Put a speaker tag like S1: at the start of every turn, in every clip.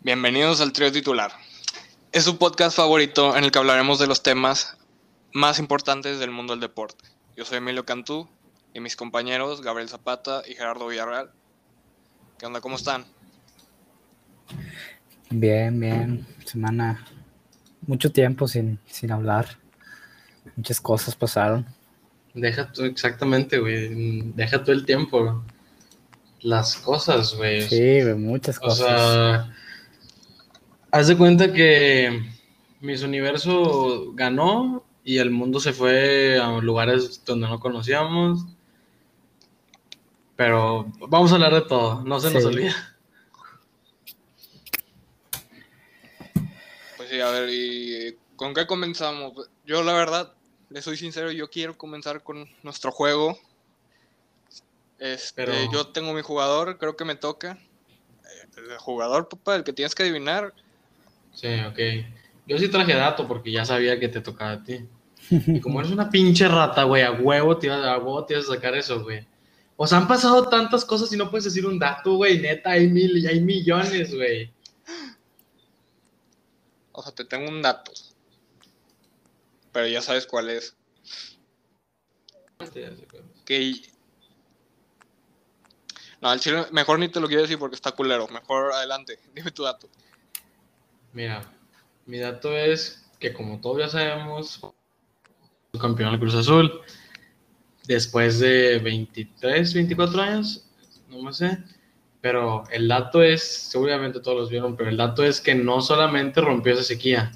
S1: Bienvenidos al trío titular. Es su podcast favorito en el que hablaremos de los temas más importantes del mundo del deporte. Yo soy Emilio Cantú y mis compañeros Gabriel Zapata y Gerardo Villarreal. ¿Qué onda? ¿Cómo están?
S2: Bien, bien. Semana. Mucho tiempo sin, sin hablar. Muchas cosas pasaron.
S3: Deja tú, exactamente, güey. Deja tú el tiempo. Las cosas, güey.
S2: Sí, güey, muchas
S3: O
S2: cosas.
S3: sea, haz de cuenta que Miss Universo ganó y el mundo se fue a lugares donde no conocíamos. Pero vamos a hablar de todo, no se nos
S2: Sí.
S3: olvida.
S1: Pues sí, a ver, ¿y con qué comenzamos? Yo la verdad, le soy sincero, yo quiero comenzar con nuestro juego. Este,
S3: Pero-
S1: Yo tengo mi jugador, creo que me toca. Eh, El jugador, papá, el que tienes que adivinar.
S3: Sí, ok. Yo sí traje dato porque ya sabía que te tocaba a ti. Y como eres una pinche rata, güey, a huevo te ibas a, huevo te ibas a sacar eso, güey. O sea, han pasado tantas cosas y no puedes decir un dato, güey. Neta, hay mil, hay millones, güey.
S1: O sea, te tengo un dato. Pero ya sabes cuál es. Que... No, al chile, mejor ni te lo quiero decir porque está culero. Mejor adelante, dime tu dato.
S3: Mira, mi dato es que como todos ya sabemos, fue campeón del Cruz Azul, después de 23, 24 años, no me sé, pero el dato es, seguramente todos los vieron, pero el dato es que no solamente rompió esa sequía,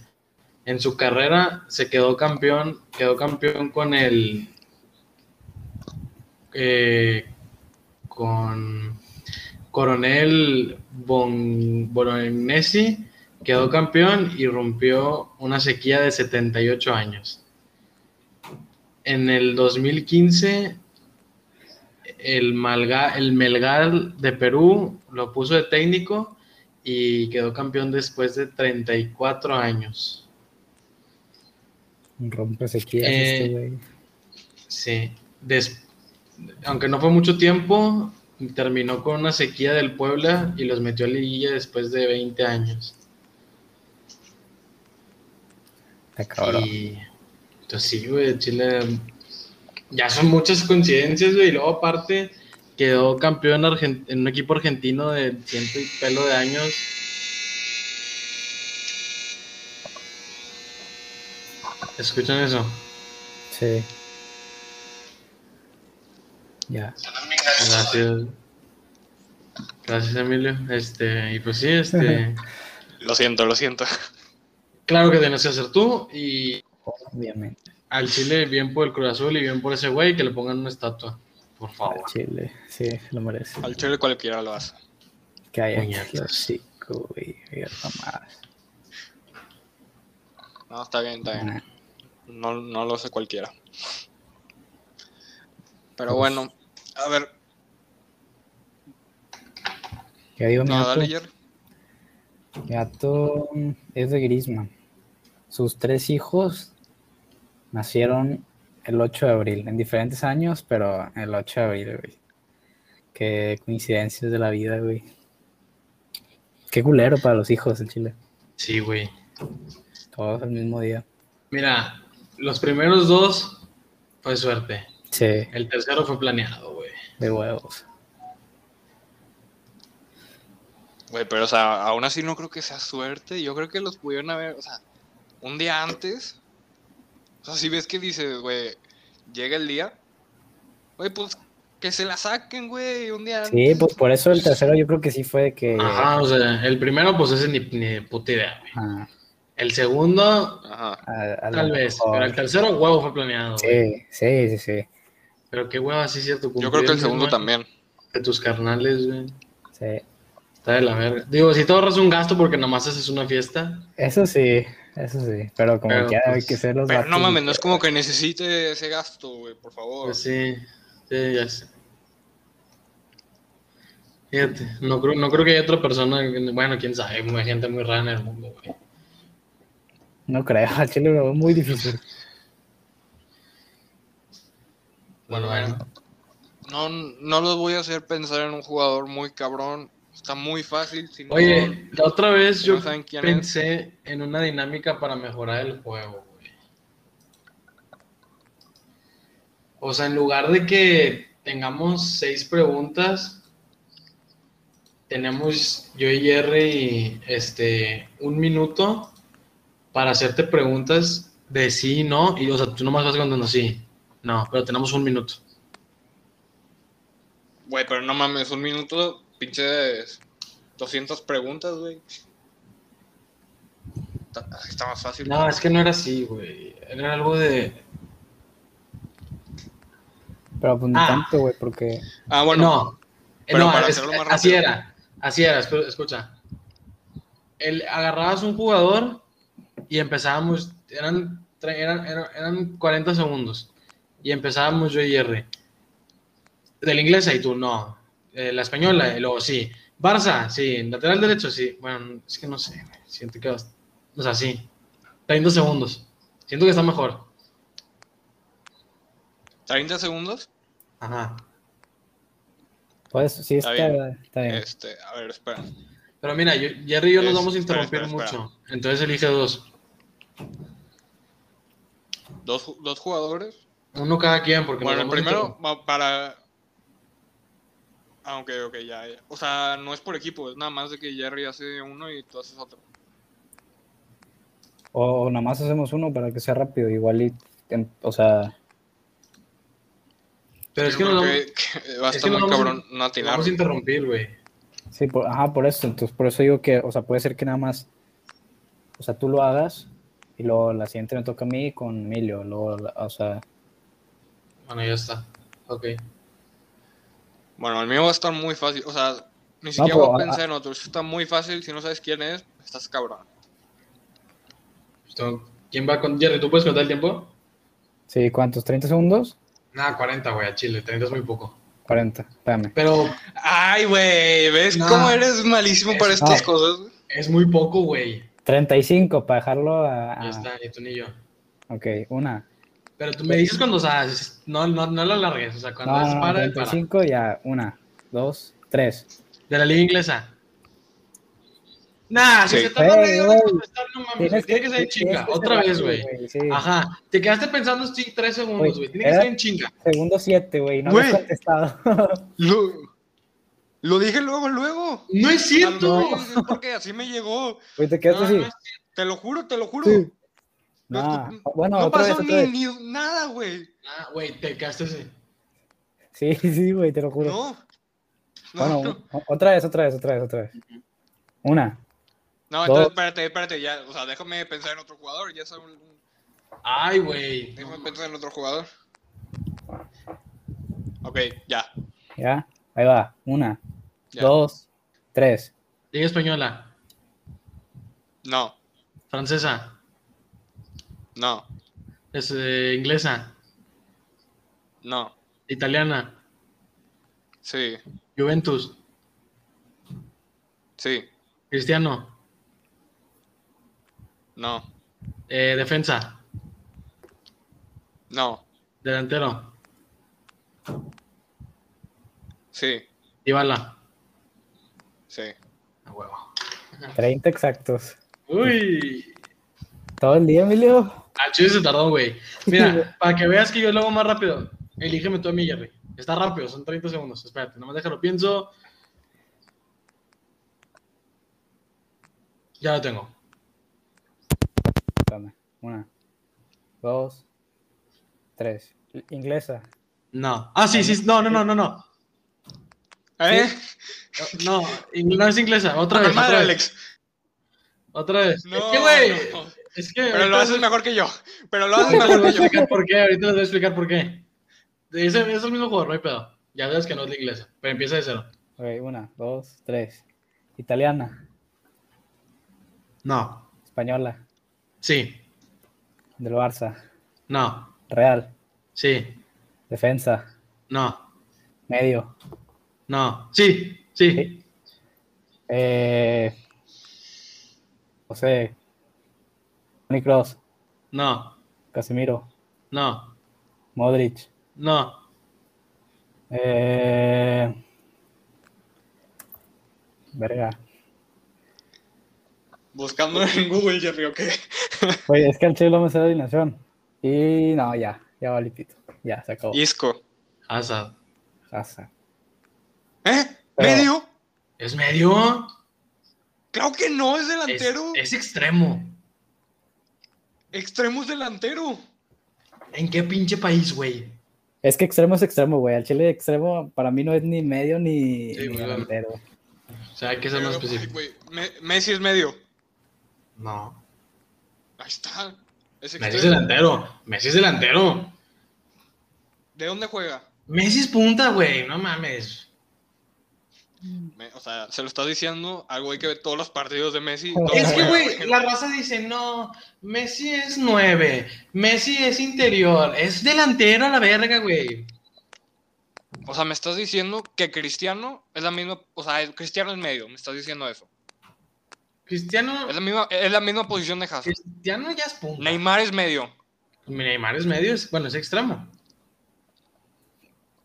S3: en su carrera se quedó campeón, quedó campeón con el... eh, con Coronel Bon, Bolognesi, quedó campeón y rompió una sequía de 78 años. En el 2015, el, Malga, el Melgar de Perú lo puso de técnico y quedó campeón después de 34 años.
S2: Rompe sequías
S3: Eh,
S2: este güey.
S3: Sí. Des- aunque no fue mucho tiempo, terminó con una sequía del Puebla y los metió a liguilla después de 20 años.
S2: Está cabrón.
S3: Y pues sí, güey, Chile. Ya son muchas coincidencias, güey. Y luego, aparte, quedó campeón argen- en un equipo argentino de ciento y pelo de años. ¿Escuchan eso?
S2: Sí. Ya.
S3: Gracias. Gracias, Emilio. Este, y pues sí, este.
S1: Lo siento, lo siento.
S3: claro que tenías que hacer tú. Y
S2: Obviamente.
S3: al Chile, bien por el Cruz Azul y bien por ese güey, que le pongan una estatua. Por favor.
S2: al Chile. Sí, lo merece.
S1: Al chile cualquiera lo hace.
S2: Que haya
S3: Puñetas.
S2: los hocico, güey. Mierda más.
S1: No, está bien, está bien.
S2: Nah.
S1: No, no lo hace cualquiera. Pero bueno, a ver,
S2: Ya digo, mi
S1: no,
S2: dato.
S1: dale, Jerry.
S2: Mi dato es de Grisman. Sus tres hijos nacieron el 8 de abril, en diferentes años, pero el 8 de abril, güey. Qué coincidencias de la vida, güey. Qué culero para los hijos en Chile.
S3: Sí, güey.
S2: Todos el mismo día.
S3: Mira, los primeros dos fue suerte.
S2: Sí,
S3: El tercero fue planeado, güey.
S2: de huevos.
S1: Güey, pero o sea, aún así no creo que sea suerte. Yo creo que los pudieron haber, o sea, un día antes. O sea, si ves que dices, güey, llega el día. Güey, pues que se la saquen, güey, un día antes.
S2: Sí, pues por eso el tercero yo creo que sí fue de que...
S3: Ajá, o sea, el primero, pues ese ni, ni puta idea, güey.
S2: Ajá,
S3: El segundo,
S1: Ajá.
S2: a- a lo
S3: tal vez.
S2: mejor.
S3: Pero el tercero, huevo, fue planeado,
S2: Sí,
S3: güey.
S2: sí, sí, sí.
S3: Pero qué huevo, así es cierto.
S1: Yo
S2: pues,
S3: cumplir
S1: creo que el
S3: mismo
S1: segundo
S3: año
S1: también.
S3: De tus carnales, güey.
S2: sí.
S3: Está de la verga. Digo, si te ahorras un gasto porque nomás haces una fiesta.
S2: Eso sí, eso sí. Pero como
S3: Pero,
S2: que hay
S3: pues,
S2: que ser los
S1: Pero no
S2: vatos,
S1: mames, no es como que necesite ese gasto, güey, por favor.
S3: Pues sí, sí, ya sé. Fíjate, no creo, no creo que haya otra persona, bueno, quién sabe, hay gente muy rara en el mundo, güey.
S2: No creo, al Chile lo veo muy difícil.
S3: Bueno,
S1: Bueno,
S3: bueno.
S1: No, no los voy a hacer pensar en un jugador muy cabrón Está muy fácil. si no-
S3: Oye, la otra vez
S1: si no
S3: yo
S1: saben quién es.
S3: pensé en una dinámica para mejorar el juego, güey. O sea, en lugar de que tengamos seis preguntas, tenemos yo y Jerry este, un minuto para hacerte preguntas de sí y no. Y, o sea, tú nomás vas contando sí. No, pero tenemos un minuto.
S1: Güey, pero no mames, un minuto, pinches 200 preguntas, güey. Está, está más fácil.
S3: No, es que no era así, güey. Era algo de...
S2: Pero pues ni
S3: Ah.
S2: tanto, güey, porque
S1: Ah, bueno.
S3: no,
S1: pero
S3: no,
S1: para
S3: es-
S1: hacerlo más
S3: así
S1: rápido.
S3: era, así era, escu- escucha. El, agarrabas un jugador y empezábamos, eran, tre- eran, eran, eran 40 segundos y empezábamos yo y R. Del inglés y tú, no. Eh, la española, y luego sí. Barça, sí. Lateral derecho, sí. Bueno, es que no sé, güey, siento que... vas- O sea, sí. 30 segundos. Siento que está mejor.
S1: 30 segundos.
S3: Ajá.
S2: pues sí
S1: Está
S2: está, está
S3: Eh.
S2: bien.
S1: Este, a ver, espera.
S3: Pero mira, yo, Jerry y yo nos
S1: Es-
S3: vamos a
S1: espera,
S3: interrumpir
S1: espera, espera.
S3: mucho. Entonces elige dos.
S1: Dos, ju- dos jugadores.
S3: Uno cada quien, porque
S1: Bueno, el
S3: nos vamos a
S1: primero
S3: interrumpir.
S1: va para. Ah, ok, ok, ya, ya. O sea, no es por equipo, es nada más de que Jerry hace uno y tú haces otro.
S2: O, o nomás hacemos uno para que sea rápido, igual y, tem- o sea,
S3: Pero es
S1: Yo
S3: que nos
S1: creo
S3: vamos,
S1: que- que va a
S3: es
S1: estar
S3: que nos
S1: muy
S3: vamos a-
S1: cabrón no
S3: nos
S1: atinar.
S3: vamos a interrumpir, güey.
S2: sí, por, ajá, por eso, entonces por eso digo que, o sea, puede ser que nada más, o sea, tú lo hagas y luego la siguiente me toca a mí con Emilio, luego, la- o sea,
S3: Bueno, ya está. Ok.
S1: Bueno, el mío va a estar muy fácil. O sea, ni
S2: No,
S1: siquiera
S2: pero
S1: voy a
S2: a-
S1: pensar en otro. Eso está muy fácil. Si no sabes quién es, estás cabrón.
S3: Pues tengo- ¿Quién va con Jerry? ¿Tú puedes contar el tiempo?
S2: sí, ¿cuántos? ¿30 segundos?
S3: Nada, 40, güey, a Chile. 30 es muy poco.
S2: 40, espérame.
S3: Pero
S1: Ay, güey, ¿ves
S3: No.
S1: cómo eres malísimo para
S3: Es-
S1: estas
S2: no.
S1: cosas? güey?
S3: es muy poco, güey.
S2: 35 para dejarlo a...
S3: Ya
S2: a-
S3: está, ni tú ni yo.
S2: ok, una.
S3: Pero tú me dices cuando, o sea, es- no, no, Pues no lo alargues. O sea, cuando
S2: No,
S3: es
S2: no, no,
S3: para, es para.
S2: 35 ya, una, dos, tres.
S3: De la liga inglesa. Nah, si
S1: Sí.
S3: se tarda
S2: Güey,
S3: medio hora
S2: güey.
S3: en contestar, no mames. güey, Tiene que ser en
S2: tienes
S3: chinga.
S2: que ser
S3: Otra vez,
S2: rápido,
S3: güey.
S2: sí.
S3: Ajá, te quedaste pensando sí, tres segundos,
S2: Güey,
S3: güey. Tiene que
S2: era-
S3: ser en chinga.
S2: Segundo 7, güey, no me
S1: Güey.
S2: has contestado.
S1: Lo, lo dije luego, luego.
S3: No es cierto.
S1: Tanto, güey, porque así me llegó.
S2: Güey, te quedaste
S3: No,
S2: así.
S3: no es
S1: Te lo juro, te lo juro.
S2: Sí.
S1: No,
S2: Nah,
S1: esto-
S2: bueno,
S1: No
S2: otra vez,
S1: pasó
S2: otra
S1: ni,
S2: vez.
S1: ni nada, güey.
S3: Ah, güey, te quedaste así.
S2: Sí, sí, güey, te lo juro.
S1: No. No,
S2: bueno,
S1: no.
S2: o- otra vez, otra vez, otra vez, otra vez. Una.
S1: No, entonces espérate, espérate, ya, o sea, déjame pensar en otro jugador, ya sabe un-
S3: Ay, güey.
S1: déjame pensar en otro jugador. Ok, ya.
S2: ¿Ya? Ahí va. Una,
S1: ya.
S2: dos, tres.
S3: Liga española,
S1: No,
S3: francesa,
S1: no,
S3: es, eh, inglesa,
S1: no,
S3: italiana,
S1: sí,
S3: Juventus,
S1: sí,
S3: Cristiano,
S1: no,
S3: eh, defensa,
S1: no,
S3: delantero,
S1: sí,
S3: Ibala.
S1: sí.
S3: A huevo.
S2: 30 exactos.
S3: Uy.
S2: Todo el día, Emilio.
S3: Al chile se tardó, güey. Mira, para que veas que yo lo hago más rápido, elígeme tú a mí, Jerry. Está rápido, son 30 segundos. Espérate, nomás déjalo, pienso. Ya lo tengo.
S2: Espérame. Una, dos, tres. Inglesa.
S3: No. Ah, sí, sí. No, no, no, no, no.
S1: ¿Eh?
S3: No, ing- no es inglesa. Otra
S1: Con
S3: vez.
S1: madre,
S3: otra vez.
S1: Alex.
S3: Otra vez.
S1: No,
S3: es que, güey.
S1: no.
S3: Es que.
S1: Pero lo
S3: ahorita-
S1: haces mejor que yo. Pero lo haces
S3: Ahorita les
S1: mejor
S3: voy a
S1: que yo.
S3: explicar por qué. Ahorita les voy a explicar por qué. Es el, es el mismo jugador, no hay pedo. Ya sabes que no es la inglesa. Pero empieza de cero.
S2: Ok, una, dos, tres. Italiana.
S3: No.
S2: Española.
S3: Sí.
S2: Del Barça.
S3: No.
S2: Real.
S3: Sí.
S2: Defensa.
S3: No.
S2: Medio.
S3: No. Sí. Sí.
S2: Sí. Eh, no sé. Toni Kroos.
S3: No.
S2: Casemiro.
S3: No.
S2: Modric.
S3: No.
S2: Eh, verga.
S1: Buscando en Google, Jerry, ¿o qué?
S2: Oye, es que al Chile lo me sé de alineación. Y no, ya, ya vale pito. Ya, se acabó.
S1: Isco.
S3: Hazard.
S2: Hazard.
S3: Ah.
S1: ¿Eh?
S2: Pero-
S1: ¿Medio?
S3: ¿Es medio?
S1: Claro que no, es
S3: Es,
S1: delantero.
S3: es eh. extremo.
S1: Extremo es delantero.
S3: ¿En qué pinche país, güey?
S2: Es que extremo es extremo, güey. Al Chile extremo para mí no es ni medio ni,
S3: Sí,
S2: ni
S3: güey,
S2: delantero.
S3: O sea, hay que ser más
S1: Pero,
S3: específico.
S1: güey, Me- Messi es medio.
S3: No.
S1: Ahí está. Es
S3: Messi es
S1: extremo.
S3: delantero. Messi es delantero.
S1: ¿De dónde juega?
S3: Messi es punta, güey. No mames.
S1: Me- o sea, se lo está diciendo al güey que ve todos los partidos de Messi.
S2: Es
S1: todo
S3: Es que,
S1: juega,
S3: güey, la raza dice, no, Messi es nueve, Messi es interior, es delantero a la verga, güey.
S1: O sea, me estás diciendo que Cristiano es la misma. O sea, el- Cristiano es medio. Me estás diciendo eso.
S3: Cristiano,
S1: Es la misma, es la misma posición de Hazard.
S3: Cristiano ya es punta.
S1: Neymar es medio.
S3: Neymar es medio, es- bueno, es extremo.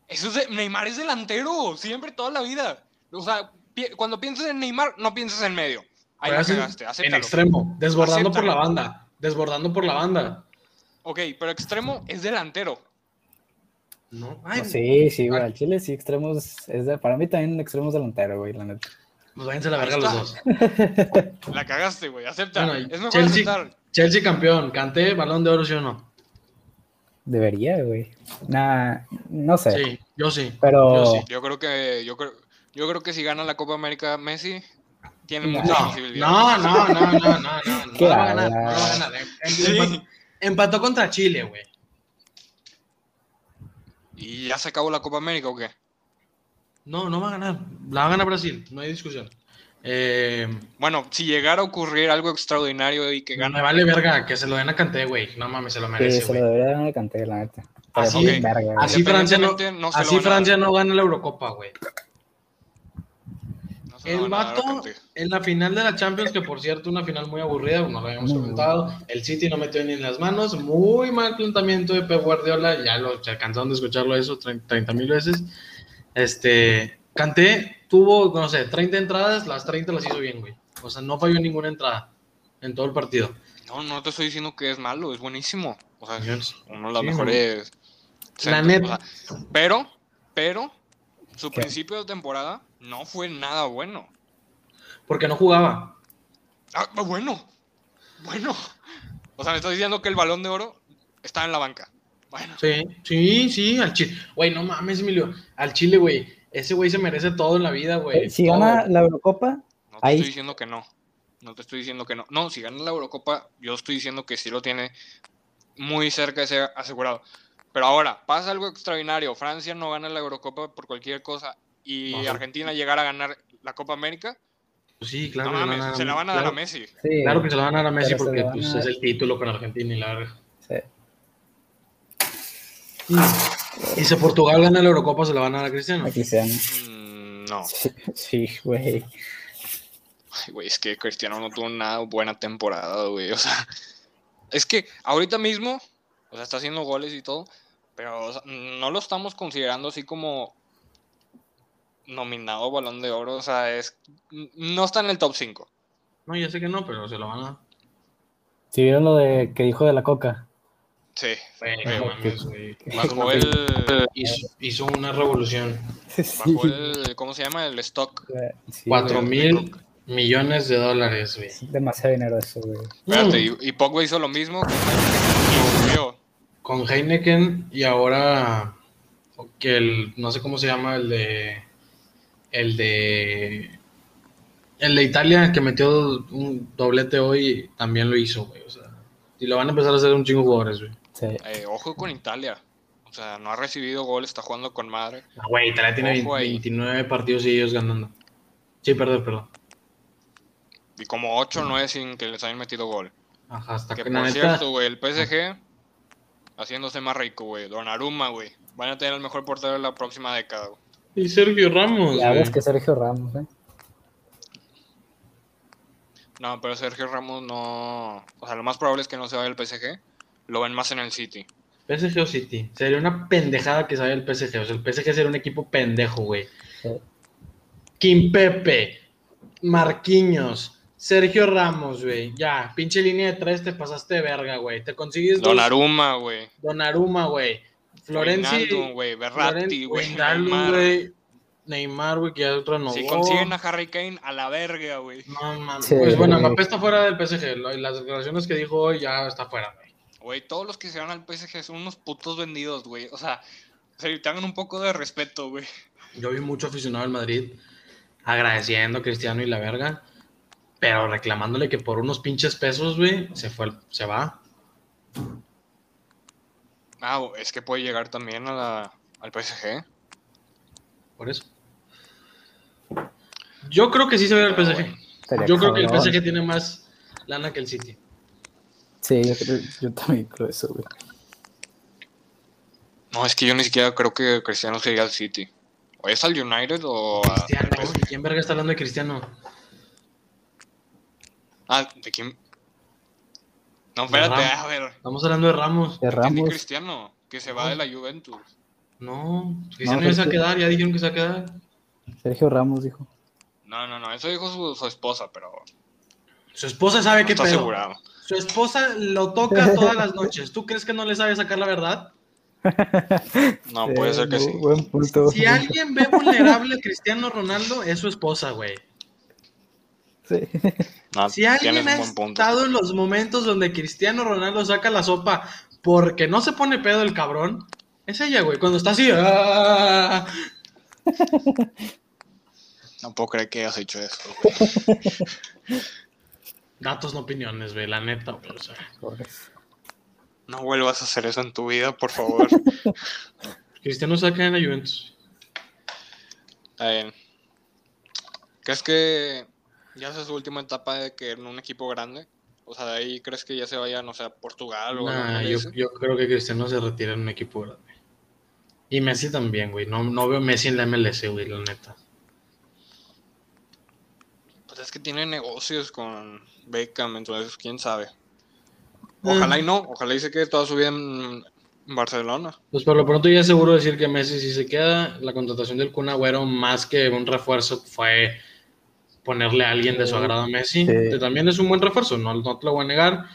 S1: Eso es de- Neymar es delantero. Siempre, toda la vida. O sea, pi- cuando piensas en Neymar, no piensas en medio. Ahí
S3: Juega
S1: la
S3: así,
S1: cagaste.
S3: en
S1: acéptalo.
S3: extremo, desbordando por
S1: Acéptalo.
S3: la banda, desbordando por la banda.
S1: Ok, pero extremo es delantero.
S3: No, Ah. ay,
S2: No, sí, sí, güey. Al Chile sí extremo es, es de- para mí también extremo es delantero, güey, la neta.
S3: pues váyanse a la
S1: Ahí
S3: verga los
S1: está.
S3: dos.
S1: La cagaste, güey. Acepta.
S3: Bueno, y
S1: es mejor
S3: Chelsea-
S1: aceptar.
S3: Chelsea campeón, canté, balón de oro, sí o no.
S2: Debería, güey. Nah, no sé.
S3: Sí, yo sí.
S2: pero
S3: yo sí.
S1: Yo creo que yo creo, yo creo que si gana la Copa América Messi tiene
S2: No,
S1: mucha
S3: No,
S1: posibilidad.
S3: no, no, no, no, no, no, no
S2: ¿Qué
S3: la va a ganar, no la
S2: hablas?
S3: va a ganar. Em- em-
S1: Sí.
S3: empató- Empató contra Chile, güey.
S1: ¿Y ya se acabó la Copa América o qué?
S3: No, no va a ganar. La va a ganar Brasil, no hay discusión. Eh,
S1: Bueno, si llegara a ocurrir algo extraordinario y que
S3: me
S1: gane
S3: vale verga que se lo den a Kanté, güey. No mames, se lo
S2: sí,
S3: merece,
S2: se
S3: güey.
S2: lo debería dar a Kanté, la neta. Pero
S3: Así,
S2: fue bien
S1: ok.
S2: verga, güey.
S3: Así Francia no,
S1: Independientemente, no se lo
S3: así
S1: van a dar.
S3: Francia no gana la Eurocopa, güey.
S1: no se lo
S3: El
S1: van a dar a
S3: vato
S1: Kanté.
S3: en la final de la Champions, que por cierto, una final muy aburrida, como lo habíamos
S2: Muy
S3: comentado. El City no metió ni en las manos. Muy mal planteamiento de Pep Guardiola. Ya lo ya cansaron de escucharlo eso 30 mil veces. Este, Kanté tuvo, no sé, 30 entradas. Las 30 las hizo bien, güey. O sea, no falló ninguna entrada en todo el partido.
S1: No, no te estoy diciendo que es malo, es buenísimo. O sea, es
S3: Señores,
S1: uno de los
S3: Sí,
S1: mejores. centros,
S3: La neta.
S1: o sea, pero, pero, su
S2: ¿Qué?
S1: principio de temporada no fue nada bueno.
S3: Porque no jugaba.
S1: Ah, bueno, bueno. O sea, me estás diciendo que el balón de oro está en la banca. Bueno.
S3: Sí, sí, sí, al Chile. Güey, no mames, Emilio. Al Chile, güey. Ese güey se merece todo en la vida, güey.
S2: Eh, si
S3: Todo.
S2: gana la Eurocopa,
S1: No te
S2: Ahí-
S1: estoy diciendo que no. No te estoy diciendo que no. No, si gana la Eurocopa, yo estoy diciendo que sí lo tiene muy cerca de ser asegurado. Pero ahora, pasa algo extraordinario. Francia no gana la Eurocopa por cualquier cosa y
S3: Ajá.
S1: Argentina llegara a ganar la Copa América.
S3: Sí, claro.
S1: no
S3: le van a
S1: mames,
S3: dar
S1: se la van a dar
S3: claro.
S1: a Messi.
S2: sí.
S3: Claro que se la van a dar a Messi
S2: Pero se
S3: porque
S2: la van
S3: pues,
S2: a-
S3: es el título con Argentina y la verga.
S2: sí.
S3: Y si Portugal gana la Eurocopa, se la van a dar a Cristiano.
S2: A Cristiano.
S1: Mm, no.
S2: Sí, Sí, güey.
S1: Ay, güey, es que Cristiano no tuvo una buena temporada, güey. O sea, es que ahorita mismo, o sea, está haciendo goles y todo, pero o sea, no lo estamos considerando así como nominado Balón de Oro. O sea, es no está en el top 5.
S3: No, ya sé que no, pero se lo van a dar.
S2: Si vieron lo de que dijo de la coca.
S1: Sí.
S3: Güey,
S2: Ajá.
S3: no mames, güey.
S1: Bajó el,
S3: Hizo, hizo una revolución.
S2: Sí,
S1: bajó el- ¿cómo se llama? El stock.
S2: güey. Sí,
S3: Cuatro
S2: güey.
S3: mil millones de dólares, güey.
S2: Es demasiado dinero eso, güey.
S1: Espérate, y, y Pogba hizo lo mismo. Y volvió.
S3: con Heineken y ahora que el no sé cómo se llama el de el de el de Italia que metió un doblete hoy también lo hizo, güey, o sea, y lo van a empezar a hacer un chingo de jugadores, güey.
S2: Sí.
S1: Eh, ojo con Italia. O sea, no ha recibido gol, está jugando con madre.
S3: Ah, güey, Italia tiene
S1: Ojo ahí.
S3: 29 partidos y ellos ganando. Sí, perdón, perdón.
S1: Y como 8 o 9 sin que les hayan metido gol.
S3: Ajá, hasta
S1: Que
S3: que la
S1: por
S3: neta
S1: cierto, güey, el PSG haciéndose más rico, güey. Donnarumma, güey. Van a tener el mejor portero de la próxima década, güey.
S3: y Sergio Ramos.
S2: Y hablas
S3: güey.
S2: que Sergio Ramos, ¿eh?
S1: No, pero Sergio Ramos no. O sea, lo más probable es que no se vaya al PSG. Lo ven más en el City.
S3: PSG o City. Sería una pendejada que salga el PSG. O sea, el PSG sería un equipo pendejo, güey.
S2: Sí.
S3: Kim Pepe, Marquiños, Sergio Ramos, güey. Ya, pinche línea de tres, te pasaste de verga, güey. Te consigues dos.
S1: Donnarumma, güey.
S3: Donnarumma, güey. Florenzi.
S1: Wijnaldum, güey. Berratti,
S3: Floren-
S1: güey.
S3: Wijnaldum,
S1: Neymar.
S3: güey. Neymar, güey, que ya renovó.
S1: Si consiguen a Harry Kane, a la verga, güey.
S3: No, mames.
S2: Sí.
S3: Pues bueno, Mbappé está fuera del PSG. lo- Las declaraciones que dijo hoy ya está fuera, güey.
S1: Güey, todos los que se van al PSG son unos putos vendidos, güey. O sea, se tengan un poco de respeto, güey.
S3: Yo vi mucho aficionado al Madrid agradeciendo a Cristiano y la verga, pero reclamándole que por unos pinches pesos, güey, se fue, al- se va.
S1: Ah, es que puede llegar también a la, al PSG.
S3: Por eso. Yo creo que sí se va a ir al
S1: Pero,
S3: PSG.
S1: güey,
S2: Estaría
S3: Yo creo que el
S2: cabrón.
S3: PSG tiene más lana que el City.
S2: Sí, yo, creo- yo también creo eso, güey.
S1: No, es que yo ni siquiera creo que Cristiano sería al City. O es al United o a-
S3: Cristiano, güey, ¿quién verga está hablando de Cristiano?
S1: Ah, ¿de quién? No, espérate,
S3: Ramos.
S1: a ver.
S3: Estamos hablando de
S2: De
S3: Ramos.
S1: ¿Quién es
S2: Ramos.
S1: Cristiano? Que se va de la Juventus.
S3: No, Cristiano
S2: No, pues
S3: ya se va a
S2: Cristiano.
S3: quedar, ya dijeron que se va a quedar.
S2: Sergio Ramos dijo.
S1: No, no, no, eso dijo su, su esposa, pero no
S3: Su esposa sabe qué
S1: está
S3: pedo.
S1: asegurado.
S3: Su esposa lo toca todas las noches. ¿Tú crees que no le sabe sacar la verdad?
S1: No, puede
S2: Eh,
S1: ser que
S2: bu-
S1: sí.
S2: Buen punto.
S3: Si alguien ve vulnerable a Cristiano Ronaldo, es su esposa, güey.
S2: Sí.
S1: No,
S3: Si alguien ha
S1: tienes Ah, un buen punto.
S3: estado en los momentos donde Cristiano Ronaldo saca la sopa porque no se pone pedo el cabrón, es ella, güey. Cuando está así, ¡ah!
S1: No puedo creer que hayas hecho eso.
S3: datos no opiniones, güey, la neta, güey. o sea.
S2: Pobres.
S1: No vuelvas a hacer eso en tu vida, por favor.
S3: Cristiano saca en la Juventus.
S1: Está bien. Eh, ¿Crees que ya esa es su última etapa de que en un equipo grande? O sea, de ahí crees que ya se vaya, no sé, a Portugal o algo Pues
S3: Nah,
S1: por
S3: yo,
S1: eso?
S3: yo creo que Cristiano se retira en un equipo grande. Y Messi también, güey. No, no veo a Messi en la MLS, güey, la neta.
S1: Pues es que tiene negocios con Beckham, entonces quién sabe.
S3: Eh.
S1: Ojalá y no, ojalá y se quede toda su vida en en Barcelona.
S3: Pues por lo pronto ya es seguro decir que Messi si se queda. La contratación del Kun Agüero más que un refuerzo fue ponerle a alguien de su agrado a Messi.
S2: Sí.
S3: que también es un buen refuerzo, no, no te lo voy a negar.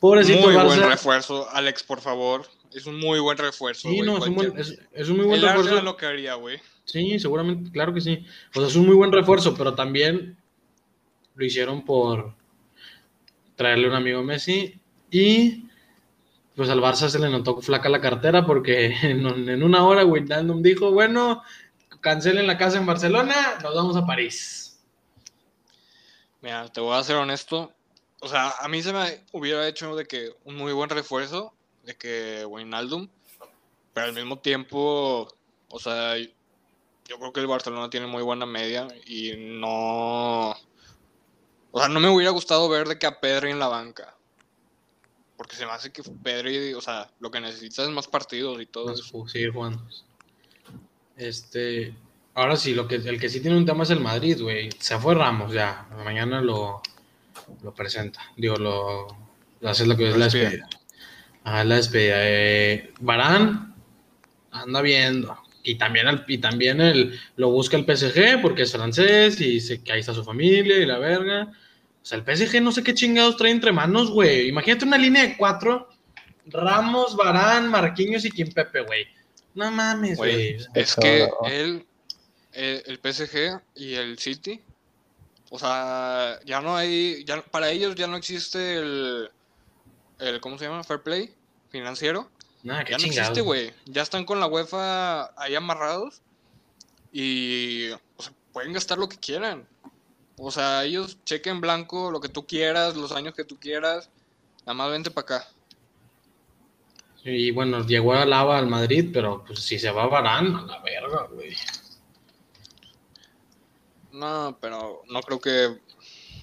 S3: Pobrecito
S1: muy buen
S3: Barça.
S1: refuerzo, Alex, por favor. Es un muy buen refuerzo.
S3: sí,
S1: güey,
S3: no, es un, buen-
S1: cualquier-
S3: es- es un muy buen
S1: el Arsenal
S3: refuerzo.
S1: lo que haría, güey.
S3: Sí, seguramente, claro que sí. O sea, es un muy buen refuerzo, pero también lo hicieron por traerle un amigo a Messi y pues al Barça se le notó flaca la cartera porque en, en una hora Wijnaldum dijo, bueno, cancelen la casa en Barcelona, nos vamos a París.
S1: Mira, te voy a ser honesto. O sea, a mí se me hubiera hecho de que un muy buen refuerzo, de que Wijnaldum, pero al mismo tiempo, o sea, yo creo que el Barcelona tiene muy buena media y no... O sea, no me hubiera gustado ver de que a Pedri en la banca. Porque se me hace que Pedri, o sea, lo que necesita es más partidos y todo
S3: Entonces,
S1: eso.
S3: ju- seguir jugando. Este, ahora sí, lo que, el que sí tiene un tema es el Madrid, güey. Se fue Ramos ya, mañana lo, lo presenta. Digo, lo, lo hace lo que es
S1: Lo
S3: la
S1: despide.
S3: despedida. Ah, la despedida. Eh, Varane anda viendo. Y también, el, y también el, lo busca el PSG porque es francés y dice que ahí está su familia y la verga. O sea, el PSG no sé qué chingados trae entre manos, güey. Imagínate una línea de cuatro. Ramos, Barán, Marquinhos y Kim Pepe, güey. No mames,
S1: Güey,
S3: güey.
S1: Es
S2: Eso,
S1: que
S2: no.
S1: él, eh, el PSG y el City, o sea, ya no hay, ya, para ellos ya no existe el, el, ¿cómo se llama? Fair play financiero.
S3: Nada, qué
S1: Ya no
S3: chingados.
S1: existe, güey. Ya están con la UEFA ahí amarrados y o sea, pueden gastar lo que quieran. O sea, ellos chequen blanco lo que tú quieras, los años que tú quieras. Nada más vente para acá.
S3: Y bueno, llegó a Lava al Madrid, pero pues si se va Barán, a la verga, güey.
S1: No, pero no creo que.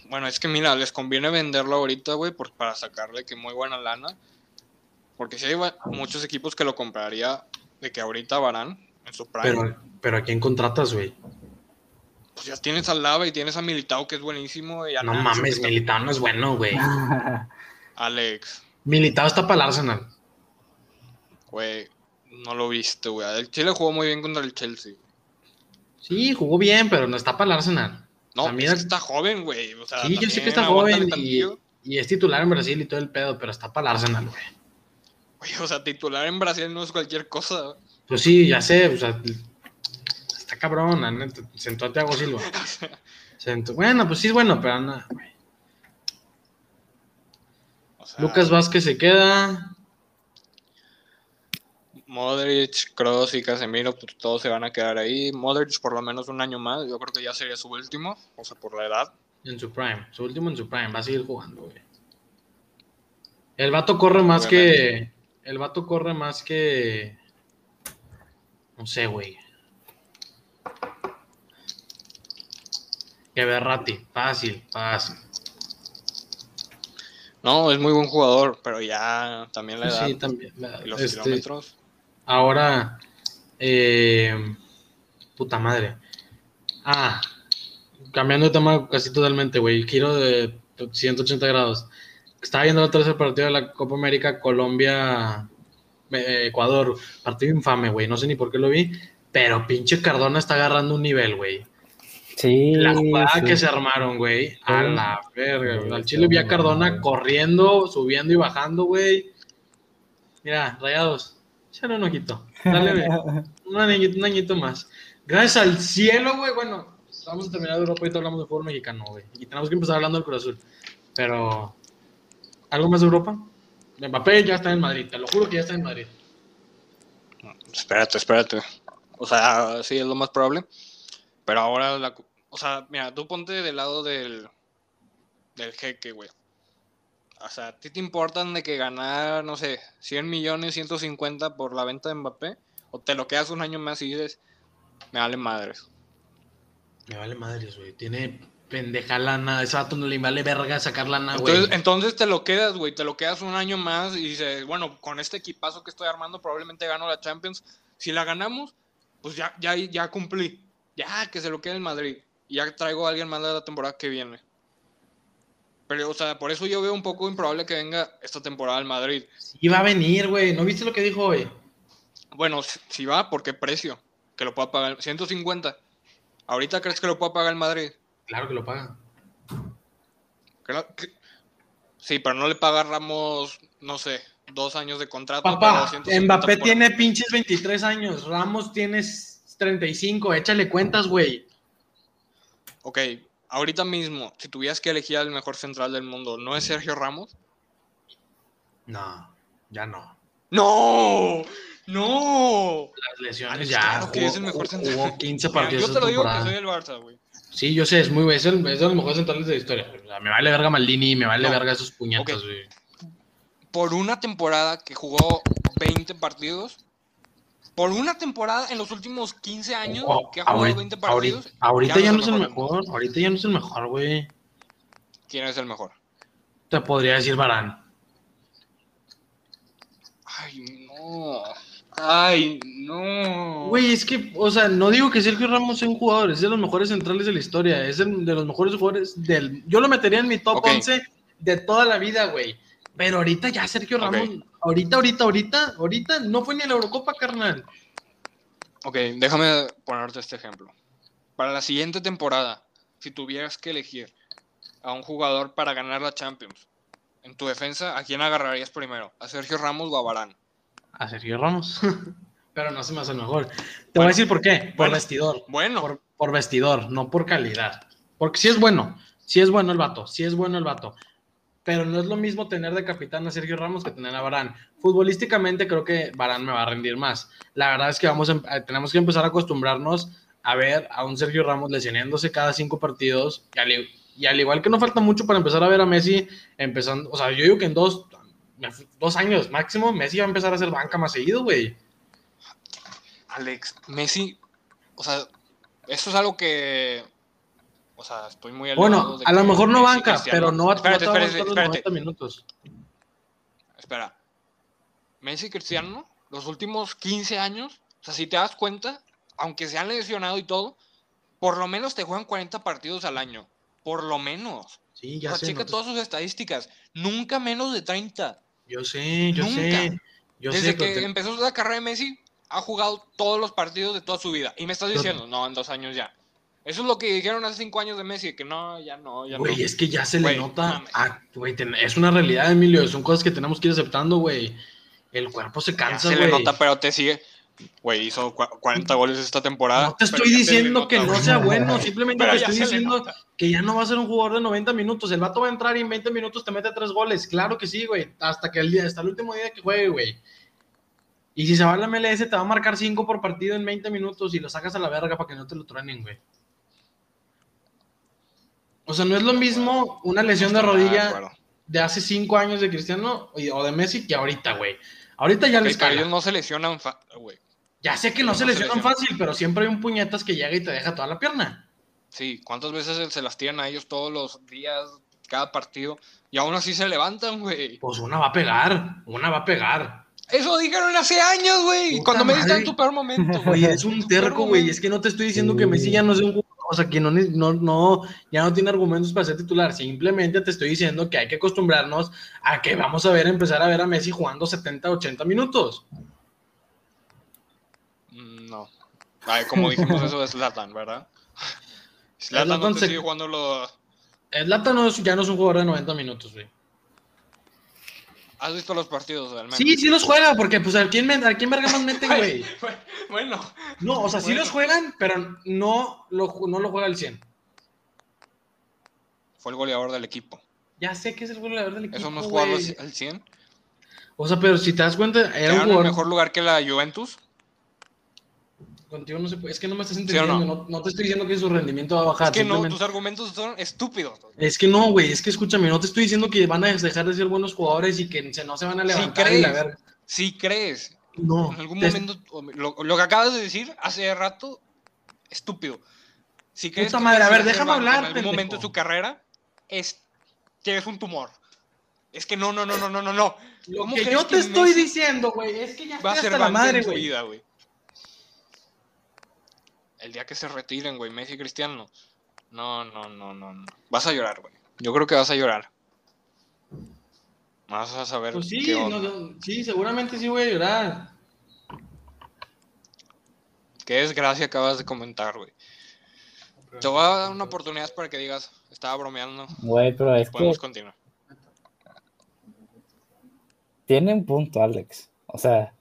S1: Bueno, es que mira, les conviene venderlo ahorita, güey, por- para sacarle que muy buena lana. Porque si hay va- muchos equipos que lo compraría de que ahorita varán en su prime.
S3: Pero, pero ¿a quién contratas, güey?
S1: Pues ya tienes al Lava y tienes a Militao, que es buenísimo. Y a
S3: No
S1: Nacho,
S3: mames,
S1: que está-
S3: Militao no es bueno, güey.
S1: Alex,
S3: Militao está para el Arsenal.
S1: güey, no lo viste, güey. El Chile jugó muy bien contra el Chelsea.
S3: Sí, jugó bien, pero no está para el Arsenal.
S1: No,
S3: También-
S1: es que está joven, güey. O sea,
S3: Sí, yo sé
S1: también
S3: que está
S1: aguántale
S3: joven y,
S1: tantillo.
S3: y es titular en Brasil y todo el pedo, pero está para el Arsenal, güey.
S1: Oye, o sea, titular en Brasil no es cualquier cosa.
S3: Pues sí, ya sé, o sea, está cabrón, la neta. Sentó a Thiago Silva. Sentó- bueno, pues sí es bueno, pero nada.
S1: O sea,
S3: Lucas Vázquez se queda.
S1: Modric, Kroos y Casemiro, pues todos se van a quedar ahí. Modric por lo menos un año más, yo creo que ya sería su último, o sea, por la edad.
S3: En su prime, su último en su prime, va a seguir jugando, güey. El vato corre más que. El vato corre más que. No sé, güey. Que Berrati, fácil, fácil.
S1: No, es muy buen jugador, pero ya también la edad
S3: Sí, también. la-
S1: y los
S3: este,
S1: kilómetros.
S3: ahora. eh, puta madre. Ah, cambiando de tema casi totalmente, güey. Giro de 180 grados. Estaba viendo el tercer partido de la Copa América Colombia eh, Ecuador. Partido infame, güey. No sé ni por qué lo vi. Pero pinche Cardona está agarrando un nivel, güey.
S2: Sí.
S3: La jugada
S2: sí.
S3: que se armaron, güey. A la verga, güey.
S2: Sí,
S3: Al Chile vi a
S2: sí,
S3: Cardona
S2: güey.
S3: corriendo, subiendo y bajando, güey. Mira, rayados. Ya no ojito. Dale, güey. Un añito, un añito más. Gracias al cielo, güey. Bueno, vamos a terminar de Europa y te hablamos de fútbol mexicano, güey. Y tenemos que empezar hablando del Cruz Azul. Pero, ¿algo más de Europa? Mbappé ya está en Madrid, te lo juro que ya está en Madrid.
S1: Espérate, espérate. O sea, sí es lo más probable. Pero ahora, la, cu- o sea, mira, tú ponte del lado del, del jeque, güey. O sea, ¿a ti te importan de que ganar, no sé, 100 millones, 150 por la venta de Mbappé? ¿O te lo quedas un año más y dices, me vale madres?
S3: Me vale madres, güey. Tiene pendeja lana. Ese vato no le vale verga sacar lana, Ah, güey.
S1: Entonces, entonces te lo quedas, güey, te lo quedas un año más y dices, bueno, con este equipazo que estoy armando probablemente gano la Champions. Si la ganamos, pues ya, ya, ya cumplí. Ya que se lo quede en Madrid. Y ya traigo a alguien más de la temporada que viene. Pero, o sea, por eso yo veo un poco improbable que venga esta temporada al Madrid.
S3: Y va a venir, güey. ¿No viste lo que dijo hoy?
S1: Bueno, si- si va, ¿por qué precio? Que lo pueda pagar. 150. ¿Ahorita crees que lo pueda pagar el Madrid?
S3: Claro que lo paga.
S1: Creo que- Sí, pero no le paga Ramos, no sé, dos años de contrato. pero
S3: Papá,
S1: 150
S3: Mbappé
S1: por-
S3: tiene pinches 23 años. Ramos tienes 35. Échale cuentas, güey.
S1: Ok, ahorita mismo, si tuvieras que elegir al mejor central del mundo, ¿no es Sergio Ramos?
S3: No, ya no.
S1: ¡No! ¡No!
S3: Las lesiones
S1: Alex,
S3: ya.
S1: claro que
S3: jugó-
S1: es el mejor central.
S3: jugó 15
S1: Mira,
S3: partidos
S1: yo te lo
S3: esta
S1: digo que
S3: Este temporada.
S1: soy el Barça, güey.
S3: Sí, yo sé, es muy es, el- es de los mejores centrales de la historia. güey. O sea, me vale verga Maldini, me vale
S1: No.
S3: verga esos puñetas,
S1: Ok.
S3: güey.
S1: Por una temporada que jugó 20 partidos. Por una temporada en los últimos 15 años
S3: Oh,
S1: que ha jugado
S3: ahorita-
S1: 20 partidos.
S3: ahorita- Ahorita ya no es el
S1: del mundo.
S3: mejor, ahorita ya no es el mejor, güey.
S1: ¿Quién es el mejor?
S3: Te podría decir Barán.
S1: Ay, no. Ay, no.
S3: Güey, es que, o sea, no digo que Sergio Ramos sea un jugador, es de los mejores centrales de la historia, es el- de los mejores jugadores del... Yo lo metería en mi top
S1: Ok.
S3: 11 de toda la vida, güey. Pero ahorita ya Sergio
S1: Ok.
S3: Ramos, ahorita, ahorita, ahorita, ahorita no fue ni a la Eurocopa, carnal.
S1: Ok, déjame ponerte este ejemplo. Para la siguiente temporada, si tuvieras que elegir a un jugador para ganar la Champions, en tu defensa, ¿a quién agarrarías primero? ¿A Sergio Ramos o a Varane?
S3: A Sergio Ramos. Pero no se me hace el mejor. Te voy a
S1: Bueno.
S3: decir por qué. Por
S1: Bueno.
S3: vestidor.
S1: Bueno,
S3: Por, por vestidor, no por calidad. Porque sí es bueno, sí es bueno el vato, sí es bueno el vato. Pero no es lo mismo tener de capitán a Sergio Ramos que tener a Barán. Futbolísticamente creo que Barán me va a rendir más. La verdad es que vamos a em- eh, tenemos que empezar a acostumbrarnos a ver a un Sergio Ramos lesionándose cada cinco partidos. Y al, i- y al igual que no falta mucho para empezar a ver a Messi empezando. O sea, yo digo que en dos, dos años máximo, Messi va a empezar a hacer banca más seguido, güey.
S1: Alex, Messi, o sea, eso es algo que, o sea, estoy muy al
S3: Bueno, a lo mejor no banca, pero no va a
S1: Espérate,
S3: no te va a
S1: espérate,
S3: aguantar los
S1: espérate,
S3: 90 minutos.
S1: espera. Messi y Cristiano, los últimos 15 años, o sea, si te das cuenta, aunque se han lesionado y todo, por lo menos te juegan 40 partidos al año. Por lo menos.
S3: Sí,
S1: O
S3: ya
S1: sea,
S3: sé.
S1: checa
S3: no te-
S1: todas sus estadísticas. Nunca menos de 30.
S3: Yo sé, yo
S1: Nunca.
S3: sé. Yo
S1: Desde
S3: sé, pero
S1: que
S3: te-
S1: empezó la carrera de Messi, ha jugado todos los partidos de toda su vida. Y me estás diciendo, no, en dos años ya. Eso es lo que dijeron hace cinco años de Messi, que no, ya no, ya
S3: Güey,
S1: no.
S3: es que ya se
S1: Güey,
S3: le nota.
S1: mames.
S3: ah, güey, ten- es una realidad, Emilio. Son cosas que tenemos que ir aceptando, güey. El cuerpo se
S1: Ya
S3: cansa,
S1: se
S3: güey.
S1: le nota, pero te sigue. Güey, hizo cua- 40 goles esta temporada.
S3: No te
S1: pero ya
S3: estoy
S1: se le
S3: diciendo
S1: nota,
S3: que no
S1: güey.
S3: sea bueno, simplemente
S1: Pero
S3: te
S1: ya
S3: estoy
S1: se le
S3: diciendo
S1: nota.
S3: que ya no va a ser un jugador de 90 minutos. El vato va a entrar y en 20 minutos te mete tres goles. Claro que sí, güey. Hasta que el día, hasta el último día que juegue, güey. Y si se va a la MLS, te va a marcar 5 por partido en 20 minutos y lo sacas a la verga para que no te lo truenen, güey. O sea, no es lo mismo una lesión de
S1: Ah,
S3: rodilla
S1: bueno.
S3: de hace 5 años de Cristiano y- o de Messi que ahorita, güey. Ahorita ya
S1: Ok,
S3: les
S1: pero
S3: cala.
S1: ellos no se lesionan, fa- güey.
S3: Ya sé que no,
S1: no
S3: se
S1: se
S3: lesionan
S1: lesionan.
S3: fácil, pero siempre hay un puñetas que llega y te deja toda la pierna.
S1: Sí, ¿cuántas veces se las tiran a ellos todos los días, cada partido? Y aún así se levantan, güey.
S3: Pues una va a pegar, una va a pegar.
S1: Eso dijeron hace años, güey.
S3: Puta
S1: Cuando me está en
S3: madre.
S1: tu peor momento, güey.
S3: Oye, es un terco, güey. Es que no te estoy diciendo que Messi ya no es un jugador, o sea, que no, ne- no, no, ya no tiene argumentos para ser titular. Simplemente te estoy diciendo que hay que acostumbrarnos a que vamos a ver, empezar a ver a Messi jugando 70, 80 minutos.
S1: Mm, No. Ay, como dijimos eso de Zlatan, ¿verdad? Zlatan no
S3: Zlatan
S1: te
S3: se-
S1: sigue jugando los...
S3: El Lata no es- ya no es un jugador de 90 minutos, güey.
S1: ¿Has visto los partidos, al menos?
S3: Sí, sí los juega, porque pues a quién, men- a quién verga más meten, güey.
S1: Bueno.
S3: No, o sea, sí
S1: Bueno.
S3: los juegan, pero no lo, ju- no lo juega al 100.
S1: Fue el goleador del equipo.
S3: Ya sé que es el goleador del equipo,
S1: Eso no es jugarlo
S3: güey.
S1: al al 100.
S3: O sea, pero si te das cuenta, era un
S1: Quedaron en
S3: jugador...
S1: mejor lugar que la Juventus.
S3: Contigo no se puede. Es que no me estás
S1: o
S3: entendiendo.
S1: no?
S3: no? no te estoy diciendo que su rendimiento va a bajar.
S1: es que no,
S3: Ah, simplemente-
S1: tus argumentos son estúpidos.
S3: Es que no, güey. Es que escúchame, no te estoy diciendo que van a dejar de ser buenos jugadores y que se- no se van a
S1: Sí,
S3: levantar. y
S1: crees.
S3: la verga.
S1: Si crees,
S3: No.
S1: en algún
S3: te-
S1: momento, o lo, lo que acabas de decir hace rato, estúpido. Si crees
S3: Puta
S1: que
S3: madre, a
S1: Messi
S3: ver,
S1: va ser
S3: déjame
S1: banca
S3: hablar,
S1: En algún momento de
S3: pendejo.
S1: su carrera, es que es un tumor. Es que no, no, no, no, no, no, no.
S3: Lo
S1: ¿Cómo
S3: que
S1: crees
S3: yo te
S1: que
S3: estoy
S1: Messi
S3: diciendo, güey, es que ya
S1: Va a
S3: estoy
S1: ser
S3: hasta la
S1: banca
S3: madre,
S1: en su
S3: güey.
S1: vida, güey. El día que se retiren, güey, Messi y Cristiano. No, no, no, no, no. Vas a llorar, güey. Yo creo que vas a llorar. Vas a saber
S3: Pues sí,
S1: qué onda.
S3: no, no, sí, seguramente sí voy a llorar.
S1: Qué desgracia acabas de comentar, güey. Te voy a dar una oportunidad para que digas, estaba bromeando,
S2: Güey, pero es que
S1: podemos continuar.
S2: tiene un punto, Alex. O sea,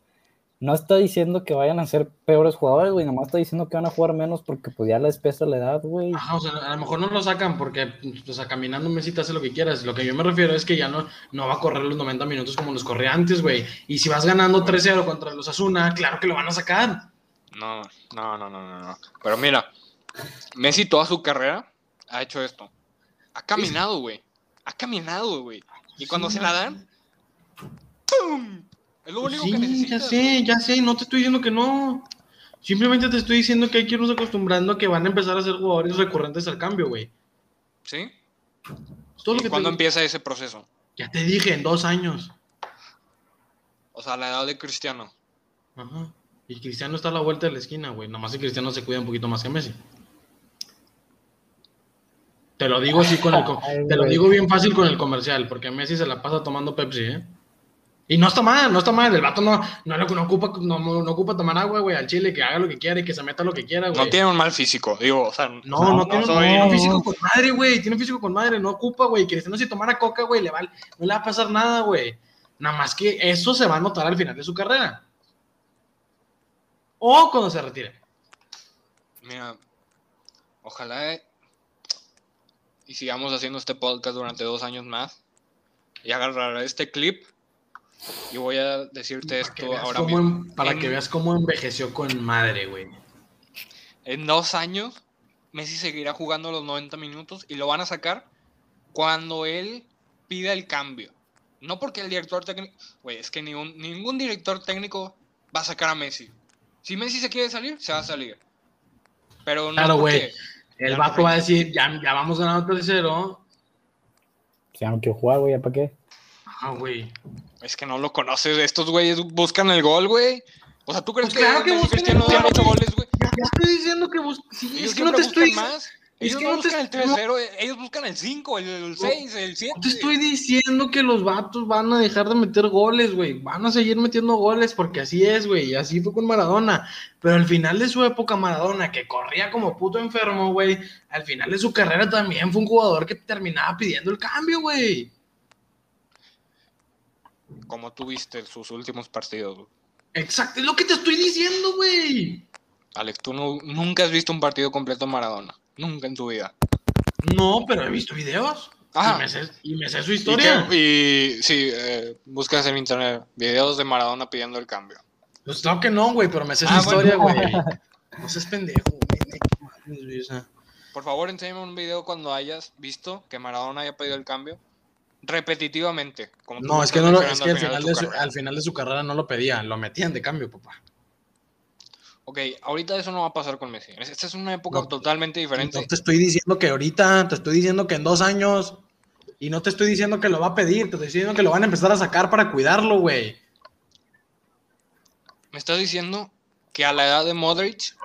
S2: no está diciendo que vayan a ser peores jugadores, güey. Nomás está diciendo que van a jugar menos porque pues ya les pesa la edad, güey.
S3: Ajá, o sea, a lo mejor no lo sacan porque, o sea, caminando Messi te hace lo que quieras. Lo que yo me refiero es que ya no, no va a correr los 90 minutos como los corría antes, güey. Y si vas ganando 3-0 contra los Asuna, claro que lo van a sacar.
S1: No, no, no, no, no, no. Pero mira, Messi toda su carrera ha hecho esto. Ha caminado, güey. Ha caminado, güey. Y cuando se la dan, ¡pum! Es lo único que
S3: Sí, ya
S1: necesitas.
S3: sé, ya sé, no te estoy diciendo que no. Simplemente te estoy diciendo que hay que irnos acostumbrando a que van a empezar a ser jugadores recurrentes al cambio, güey.
S1: ¿Sí?
S3: Es Todo lo
S1: ¿Y
S3: que
S1: cuándo
S3: te-
S1: empieza ese proceso?
S3: Ya te dije, en dos años.
S1: O sea, la edad de Cristiano.
S3: Ajá. Y Cristiano está a la vuelta de la esquina, güey. Nomás que Cristiano se cuida un poquito más que Messi. Te lo digo así con el com-
S2: Ay,
S3: te lo
S2: güey.
S3: digo bien fácil con el comercial, porque Messi se la pasa tomando Pepsi, ¿eh? Y no está mal, no está mal. El vato no, no, lo- no ocupa, no, no ocupa tomar agua, güey, al chile, que haga lo que quiera y que se meta lo que quiera, güey.
S1: No tiene un mal físico, digo, o sea,
S3: No, no,
S2: No,
S3: tiene,
S2: no,
S3: tiene un
S2: no.
S3: físico con madre, güey. Tiene un físico con madre, no ocupa, güey. Cristiano, si tomara coca, güey, le va, no le va a pasar nada, güey. Nada más que eso se va a notar al final de su carrera. O cuando se retire.
S1: Mira, ojalá eh, y sigamos haciendo este podcast durante dos años más y agarraré este clip y voy a decirte
S3: Para que
S1: esto
S3: veas
S1: ahora
S3: cómo,
S1: mismo.
S3: en- para
S1: En-
S3: que veas cómo envejeció con madre, güey.
S1: En dos años, Messi seguirá jugando los 90 minutos y lo van a sacar cuando él pida el cambio. No porque el director técnico... Güey, es que ni un- ningún director técnico va a sacar a Messi. Si Messi se quiere salir, se va a salir. Pero no
S3: Claro, güey.
S1: porque-
S3: El
S1: Ya
S3: vato
S1: no
S3: va a decir, ya, ya vamos ganando 3-0.
S2: Si ya no quiero jugar, güey, ¿ya para qué?
S3: Ajá, Ah, güey.
S1: Es que no lo conoces. Estos güeyes buscan el gol, güey. O sea, ¿tú crees
S3: Pues claro
S1: que,
S3: que
S1: Messi y
S3: buscan el
S1: Cristiano
S3: gol,
S1: tienen ocho
S3: güey.
S1: goles, güey?
S3: Ya, ya estoy diciendo que bus- sí,
S1: Ellos
S3: es que no
S1: siempre
S3: te estoy
S1: buscan más. Ellos
S3: que
S1: no
S3: no te-
S1: buscan el 3-0, eh, ellos buscan el 5, el, 6, el 7.
S3: No te estoy diciendo que los vatos van a dejar de meter goles, güey. Van a seguir metiendo goles porque así es, güey. Y así fue con Maradona. Pero al final de su época, Maradona, que corría como puto enfermo, güey. Al final de su carrera también fue un jugador que terminaba pidiendo el cambio, güey.
S1: Como tú viste sus últimos partidos. güey.
S3: Exacto, es lo que te estoy diciendo, güey.
S1: Alex, tú no- nunca has visto un partido completo en Maradona. Nunca en tu vida.
S3: No, pero he visto videos.
S1: Ah.
S3: Y me sé, y me sé su
S1: ¿Y,
S3: historia.
S1: qué? Y sí, eh, buscas en internet videos de Maradona pidiendo el cambio.
S3: Pues claro que no, güey, pero me sé
S1: Ah,
S3: su
S1: bueno.
S3: historia, güey. No seas pendejo, güey. neta, mames, güey, o sea.
S1: Por favor, enséñame un video cuando hayas visto que Maradona haya pedido el cambio repetitivamente. como tú
S3: No, es que, no
S1: estás
S3: lo- es
S1: mencionando
S3: que
S1: pues, al
S3: al, final
S1: tu
S3: de su,
S1: carrera.
S3: al final de su carrera no lo pedían, lo metían de cambio, papá.
S1: Ok, ahorita eso no va a pasar con Messi. Es- Esta es una época
S3: No.
S1: totalmente diferente.
S3: No te estoy diciendo que ahorita, te estoy diciendo que en dos años, y no te estoy diciendo que lo va a pedir, te estoy diciendo que lo van a empezar a sacar para cuidarlo, güey.
S1: Me estás diciendo que a la edad de Modric,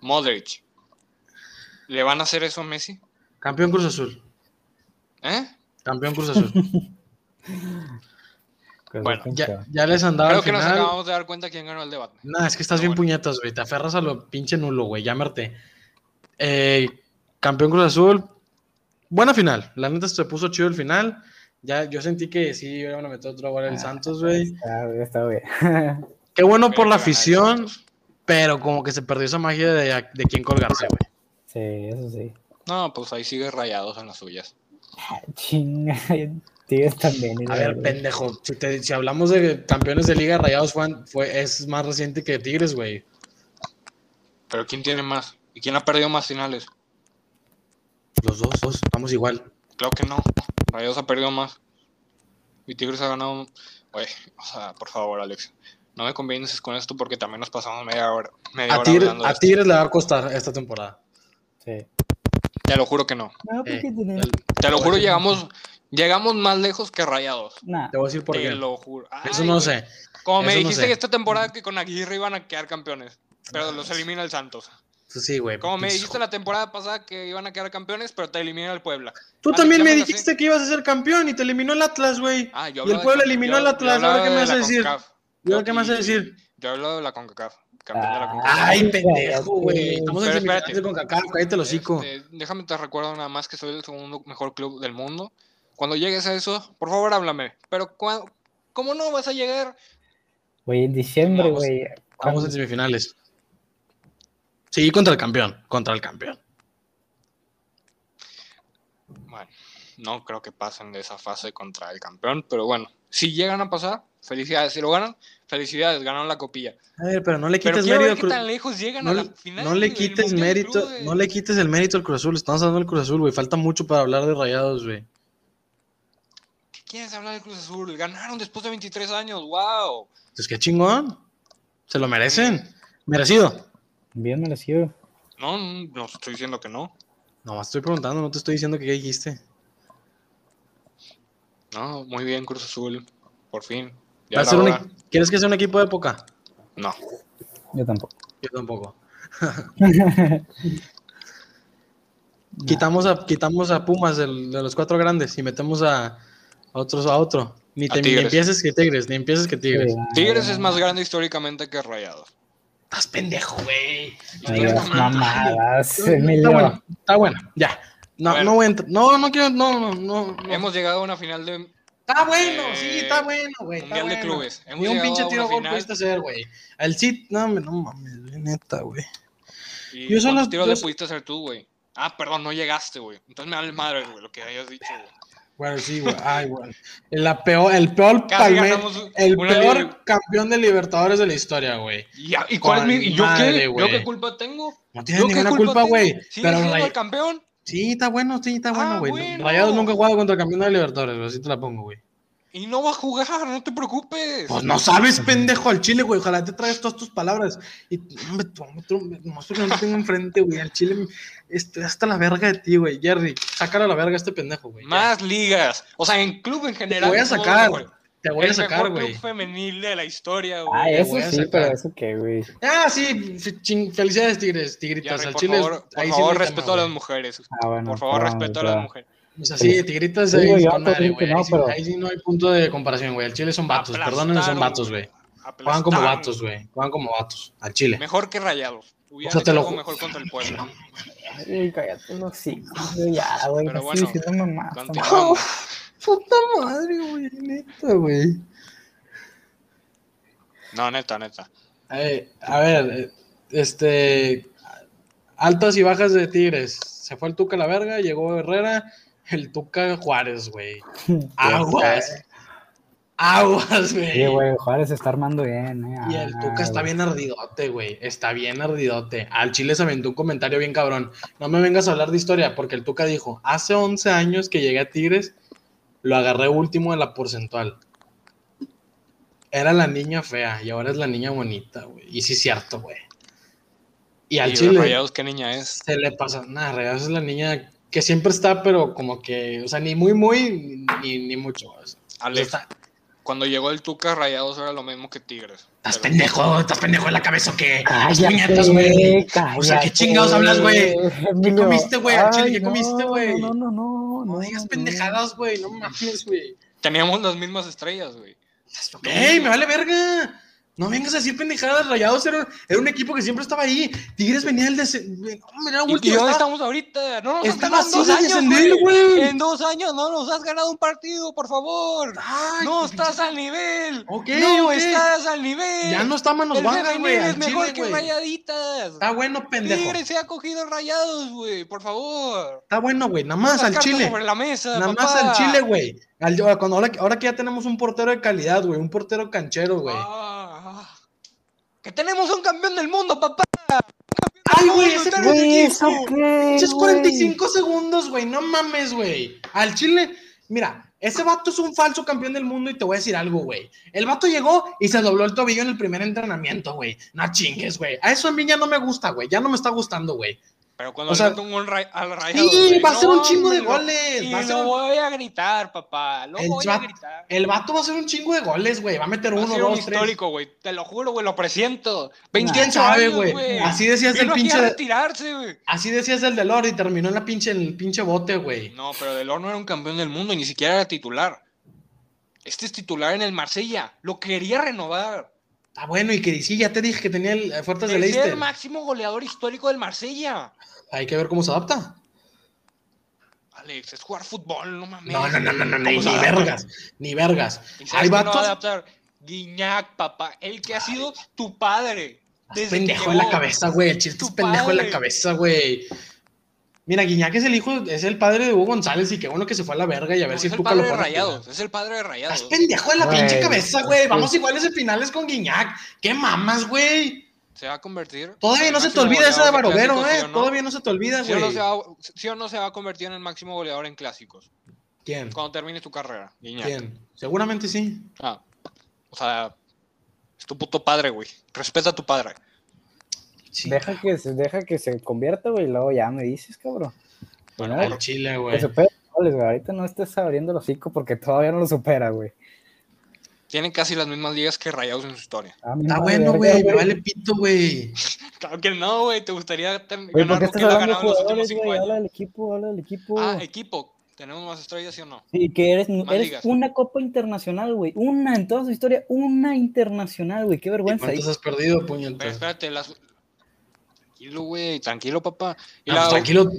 S1: Modric, ¿le van a hacer eso a Messi?
S3: Campeón Cruz Azul,
S1: ¿Eh?
S3: campeón Cruz Azul.
S2: Cruz
S1: Bueno,
S2: Azul
S3: ya,
S2: campeón.
S3: ya les andaba
S1: Creo
S3: al
S1: que nos
S3: final.
S1: acabamos de dar cuenta quién ganó el debate.
S3: No, es que estás
S1: Pero
S3: bien
S1: bueno.
S3: puñetas, güey. Te aferras a lo pinche nulo, güey. Ya me harté. Eh, campeón Cruz Azul. Buena final. La neta se puso chido el final. Ya, yo sentí que sí iban a meter otro gol el
S2: Ah,
S3: Santos, güey.
S2: Ah, ya está bien.
S3: Qué bueno
S1: Hubiera
S3: por la
S1: que ganar el
S3: afición,
S1: Santos.
S3: pero como que se perdió esa magia de, de quién colgarse, güey.
S2: sí, eso sí.
S1: No, pues ahí sigue rayados en las suyas.
S2: Chinga, Tigres también. y
S3: A
S2: la
S3: ver,
S2: verdad.
S3: pendejo. Si, te- si hablamos de campeones de Liga Rayados, Juan, fue, es más reciente que Tigres, güey.
S1: Pero ¿quién tiene más? ¿Y quién ha perdido más finales?
S3: Los dos, dos, estamos igual.
S1: Claro que no. Rayados ha perdido más. Y Tigres ha ganado. Güey, o sea, por favor, Alex. No me convences con esto porque también nos pasamos media hora. Media
S3: A
S1: hora
S3: Tigres,
S1: hablando de
S3: a
S1: esto.
S3: Tigres le va a costar esta temporada.
S2: Sí.
S1: Te lo juro que no.
S2: No,
S3: Eh,
S2: porque tenemos.
S3: el-
S1: Te lo
S3: Te voy a
S1: juro,
S3: decir-
S1: llegamos, llegamos más lejos que rayados.
S2: Nah,
S3: Te voy a decir por
S1: Te
S3: qué.
S1: lo juro. Ay,
S3: Eso no
S1: güey.
S3: sé.
S1: Como me
S3: eso no
S1: dijiste
S3: sé.
S1: que esta temporada que con Aguirre iban a quedar campeones. Pero los elimina el Santos.
S3: Eso sí, güey.
S1: Como me
S3: Pinches
S1: dijiste la temporada pasada que iban a quedar campeones, pero te elimina el Puebla.
S3: Tú
S1: Alex,
S3: también me
S1: llámalo Ah, así.
S3: dijiste que ibas a ser campeón y te eliminó el Atlas, güey.
S1: Ah, yo
S3: y el
S1: hablaba de
S3: pueblo
S1: con-
S3: eliminó
S1: yo-
S3: al
S1: yo
S3: Atlas.
S1: hablaba
S3: ¿Ahora qué
S1: de
S3: me vas
S1: la
S3: a decir?
S1: CONCACAF.
S3: ¿Y ahora qué me vas a
S1: Y-
S3: decir?
S1: Yo hablo de la CONCACAF, campeón de la CONCACAF.
S3: Ay,
S2: Ay,
S3: pendejo, güey.
S2: güey.
S3: Estamos en
S1: Pero
S3: semifinales
S1: espérate.
S3: con Kaká. Cállate el hocico.
S1: Este, déjame te recuerdo nada más que soy el segundo mejor club del mundo. Cuando llegues a eso, por favor háblame. Pero cua- ¿cómo no vas a llegar?
S2: güey, en diciembre,
S3: Vamos-
S2: güey.
S3: Estamos
S2: cuando-
S3: en semifinales. Sí, contra el campeón. Contra el campeón.
S1: Bueno, no creo que pasen de esa fase contra el campeón, pero bueno, si llegan a pasar, felicidades. Si lo ganan, felicidades, ganaron la copilla.
S3: A ver, pero no le
S1: Pero
S3: quites
S1: quiero ver
S3: mérito. al
S1: qué tan
S3: Cruz-
S1: lejos llegan
S3: No,
S1: a
S3: le-
S1: la final.
S3: no le
S1: del
S3: quites
S1: Mundial de
S3: mérito,
S1: Clubes.
S3: no le quites el mérito al Cruz Azul. Estamos hablando del Cruz Azul, güey. Falta mucho para hablar de Rayados, güey.
S1: ¿Quieres hablar del Cruz Azul? Ganaron después de 23 años, wow.
S3: Entonces, qué chingón. Se lo merecen. Merecido.
S2: Bien merecido.
S1: No, no no estoy diciendo que no.
S3: Nomás estoy preguntando, no te estoy diciendo que qué dijiste.
S1: No, muy bien, Cruz Azul. Por fin. Ya
S3: Va a
S1: era
S3: ser un
S1: hora.
S3: e- ¿Quieres que sea un equipo de época?
S1: No.
S2: Yo tampoco.
S3: Yo tampoco.
S2: Nah,
S3: Quitamos, a, quitamos a Pumas del- de los cuatro grandes y metemos a, a otros a otro. Ni,
S1: A
S3: te, ni
S1: Tigres.
S3: empieces que Tigres, ni empieces que
S2: sí,
S3: Tigres.
S2: nah,
S1: Tigres
S2: nah,
S1: es más grande históricamente que Rayados.
S3: Estás pendejo, güey.
S2: nah,
S1: Tigres
S2: digas
S1: está mal.
S2: mamadas,
S3: Está
S2: Emilio.
S3: bueno, está bueno, ya. No,
S1: Bueno.
S3: no voy a entrar- No, no quiero. No, no, no. no.
S1: Hemos llegado a una final de
S3: Está bueno,
S1: Eh,
S3: sí, está bueno, güey. está
S1: Mundial de
S3: bueno.
S1: Clubes. Hemos
S3: Ni un
S1: llegado
S3: pinche
S1: a
S3: tiro
S1: una
S3: gol pues.
S1: final
S3: pudiste hacer, güey. Al CIT, no, hombre, no mames, güey, neta, güey.
S1: y
S3: Yo solo-
S1: ¿cuántos tiros
S3: yo
S1: le
S3: so-
S1: pudiste hacer tú, güey? Ah, perdón, no llegaste, güey. Entonces me vale madre, güey, lo que hayas dicho, güey.
S3: Bueno, sí, güey. Ay, güey. La peor, el peor
S1: Casi
S3: palme-
S1: ganamos
S3: el
S1: una
S3: peor
S1: liga.
S3: campeón de Libertadores de la historia, güey.
S1: ¿Y, y cuál es mi- y yo
S3: Con madre,
S1: qué? ¿Yo
S3: güey.
S1: qué culpa tengo?
S3: No tiene
S1: ¿Yo qué
S3: ninguna culpa,
S1: tengo?
S3: güey.
S1: ¿Sigue
S3: Pero
S1: siendo
S3: Ray-
S1: el campeón?
S3: sí, está bueno, sí, está
S1: Ah,
S3: bueno, güey.
S1: bueno.
S3: Rayados nunca ha jugado contra el campeón de Libertadores, güey. Así te la pongo, güey.
S1: Y no va a jugar, no te preocupes.
S3: Pues no sabes, pendejo, al Chile, güey. Ojalá te traigas todas tus palabras. Y hombre, tú, hombre, tú, hombre, nomás porque no te tengo enfrente, güey. Al Chile estoy hasta la verga de ti, güey. Jerry, sácalo a la verga a este pendejo, güey. ya.
S1: Más ligas. O sea, en club en general.
S3: voy a
S1: todo
S3: sacar.
S1: mejor.
S3: Te voy a
S1: el
S3: sacar,
S1: mejor
S3: güey.
S1: club femenil de la historia,
S2: Ah,
S1: güey.
S2: eso
S3: voy a
S2: sí,
S3: sacar.
S2: pero eso qué, güey.
S3: Ah, sí, f- ching- felicidades, Tigres,
S1: Ya,
S3: Tigritas.
S1: güey,
S3: al
S1: por
S3: Chile,
S1: favor, por
S3: ahí sí
S1: favor
S3: le
S1: respeto
S3: gana,
S1: a las
S3: güey.
S1: mujeres.
S2: Ah, bueno.
S1: Por favor,
S2: perdón,
S1: respeto a
S2: ya.
S1: las mujeres.
S3: O sea, sí,
S2: Sí.
S3: Tigritas
S2: Sí,
S3: ahí,
S2: güey, yo
S3: con madre,
S2: también que
S3: güey.
S2: no,
S3: ahí, sí,
S2: pero-
S3: ahí sí no hay punto de comparación, güey. Al Chile son vatos, perdonen, son
S1: Aplastaron,
S3: vatos, güey. Juegan
S1: Aplastaron.
S3: como vatos, güey. Juegan como vatos, al Chile.
S1: Mejor que rayados. Hubieran
S3: O sea, te
S1: hecho
S3: lo
S1: algo
S3: ju-
S1: mejor contra el pueblo.
S2: Ay, cállate los hijos, güey, ya, güey.
S1: Pero bueno,
S2: Pero bueno, diciendo mamás,
S1: Continuamos.
S3: Puta madre, güey, neta, güey.
S1: No, neta, neta.
S3: Eh, a ver, eh, este. Altas y bajas de Tigres. Se fue el Tuca a la verga, llegó Herrera, el Tuca Juárez, güey. Aguas. Aguas,
S2: Sí,
S3: güey.
S2: güey, Juárez se está armando bien, eh.
S3: Y el
S2: Ah,
S3: Tuca está
S2: güey.
S3: bien ardidote, güey. Está bien ardidote. Al Chile se aventó un comentario bien cabrón. No me vengas a hablar de historia, porque el Tuca dijo: Hace 11 años que llegué a Tigres, lo agarré último de la porcentual. Era la niña fea y ahora es la niña bonita, güey. Y sí, es cierto, güey. Y al
S1: Y
S3: Chile
S1: rayados, ¿qué niña es?
S3: se le pasa. Nada, Rayados es la niña que siempre está, pero como que, o sea, ni muy, muy, ni, ni mucho. o sea,
S1: Alex,
S3: está-
S1: cuando llegó el Tuca, rayados era lo mismo que Tigres.
S3: ¿Estás
S1: Pero-
S3: pendejo? ¿Estás pendejo en la cabeza o qué? Las
S2: Cállate,
S3: puñetas, güey.
S2: güey.
S3: O sea, ¿qué
S2: cállate,
S3: chingados hablas, güey?
S2: Emilio,
S3: comiste, güey? Al chile,
S2: ay,
S3: ¿qué comiste, güey?
S2: No, no, no, no.
S3: No digas pendejadas, güey. No mames, güey.
S1: Teníamos las mismas estrellas, güey.
S3: ¡Ey, me vale verga! No vengas a decir pendejadas. Rayados era, era un equipo que siempre estaba ahí. Tigres venía el de... No, era
S1: ¿Y, y
S3: último.
S1: dónde
S3: estaba-
S1: estamos ahorita? No nos has
S3: Estaba
S1: ganado en
S3: así
S1: dos
S3: de descender,
S1: años,
S3: güey.
S1: güey. En dos años no nos has ganado un partido, por favor.
S3: Ay,
S1: no
S3: pinche-
S1: estás al nivel.
S3: Ok,
S1: no
S3: ok.
S1: estás al nivel.
S3: Ya no está manos
S1: El
S3: bajas, güey.
S1: femenil
S3: al
S1: es mejor
S3: chile,
S1: que
S3: güey.
S1: rayaditas.
S3: Está bueno, pendejo.
S1: Tigres se ha cogido rayados, güey. Por favor.
S3: Está bueno, güey. Nada más
S1: Las
S3: al
S1: cartas
S3: chile.
S1: Sobre la mesa,
S3: Nada más
S1: papá.
S3: al chile, güey. Al- ahora, cuando- ahora, que- ahora que ya tenemos un portero de calidad, güey. Un portero canchero, güey.
S1: Ah, ah. que tenemos un campeón del mundo, papá.
S3: ¡Ay, güey!
S1: no,
S3: Ese
S1: no, no,
S2: Güey,
S3: pinche
S2: eso
S3: equipo.
S2: qué,
S3: Pinches
S2: güey.
S3: 45 segundos, güey. No mames, güey. Al Chile, mira, ese vato es un falso campeón del mundo y te voy a decir algo, güey. El vato llegó y se dobló el tobillo en el primer entrenamiento, güey. No chingues, güey. A eso a mí ya no me gusta, güey. Ya no me está gustando, güey.
S1: Pero cuando
S3: O
S1: o
S3: sea,
S1: un ra- al rayado.
S3: Sí,
S1: güey,
S3: va a ser
S1: no,
S3: un chingo de
S1: hombre,
S3: goles.
S1: Y
S3: Va a ser
S1: lo
S3: un-
S1: voy a gritar, papá. Lo
S3: El
S1: voy a
S3: chat-
S1: gritar.
S3: El vato va a ser un chingo de goles, güey. Va a meter
S1: Va a
S3: uno,
S1: ser un
S3: dos, tres.
S1: histórico, güey. Te lo juro, güey. Lo presiento. 28
S3: ¿Quién sabe,
S1: años,
S3: güey? Así decías el
S1: Vino aquí a
S3: pinche.
S1: retirarse, güey.
S3: Así decías el del Lord y terminó en la pinche, en el pinche bote, güey.
S1: No, pero Delor no era un campeón del mundo, ni siquiera era titular. Este es titular en el Marsella. Lo quería renovar.
S3: Está Ah, bueno, y que sí, ya te dije que tenía el, eh, fuertes de
S1: Es
S3: Leicester.
S1: el máximo goleador histórico del Marsella.
S3: Hay que ver cómo se adapta.
S1: Alex, es jugar fútbol, no mames.
S3: No, no, no, no, no,
S1: ¿Cómo
S3: ni,
S1: se
S3: ni
S1: adapta?
S3: vergas, ni vergas.
S1: ¿Y sabes
S3: Hay
S1: quién no va a
S3: vatos
S1: adaptar? Guiñac, papá. El que ha sido tu padre. desde que
S3: pendejo en la
S1: llegó.
S3: cabeza, güey. El chiste es
S1: Tu
S3: pendejo en la
S1: padre.
S3: cabeza, güey. Mira, Guiñac es el hijo, es el padre de Hugo González y qué bueno que se fue a la verga y a
S1: No,
S3: ver si
S1: es el
S3: el Tuca lo
S1: padre de
S3: pone. a
S1: rayados.
S3: jugar.
S1: Es el padre de
S3: Estás
S1: rayados.
S3: pendejo en la
S2: Güey.
S3: pinche cabeza, güey.
S2: Sí.
S3: Vamos iguales en finales con Guiñac. ¿Qué mamas, güey?
S1: Se va a convertir.
S3: Todavía
S1: en
S3: no
S1: el
S3: se te
S1: máximo
S3: olvida esa de
S1: goleador
S3: Barovero,
S1: clásicos,
S3: eh.
S1: ¿sí o no?
S3: Todavía no se te olvida,
S1: ¿Sí o, no
S3: güey.
S1: se va, sí o no se va a convertir en el máximo goleador en clásicos
S3: ¿Quién?
S1: cuando termine tu carrera, Guiñac.
S3: ¿Quién? Seguramente sí.
S1: Ah, o sea, es tu puto padre, güey. Respeta a tu padre.
S3: Sí.
S2: Deja que, se, deja que se convierta, güey, y luego ya me dices, cabrón.
S1: Bueno,
S2: Bueno,
S3: Al Chile,
S2: que
S3: güey.
S2: supere los goles, güey. Ahorita no estés abriendo los hocico porque todavía no lo supera, güey.
S1: Tienen casi las mismas ligas que rayados en su historia.
S2: A mí
S3: Está
S2: me vale
S3: bueno,
S2: verga,
S3: güey. Me vale pito, güey.
S1: Claro que no, güey. Te gustaría ten-
S2: Güey, ¿por
S1: ganar
S2: qué
S1: lo
S2: estás
S1: que él ha
S2: hablando de
S1: ganado en los últimos
S2: jugadores,
S1: cinco
S2: güey?
S1: años.
S2: Uh. Habla del equipo, habla del equipo.
S1: Ah, equipo. ¿Tenemos más estrellas, sí o no?
S2: Y que eres,
S1: Más
S2: eres
S1: ligas.
S2: una copa internacional, güey. Una en toda su historia, una internacional, güey. Qué
S3: ¿Y
S2: vergüenza.
S3: ¿Cuántos has perdido, puñetas? Ah,
S1: Pero espérate, las... Tranquilo, güey. Tranquilo, papá. Y
S3: Ah, pues,
S1: la-
S3: tranquilo,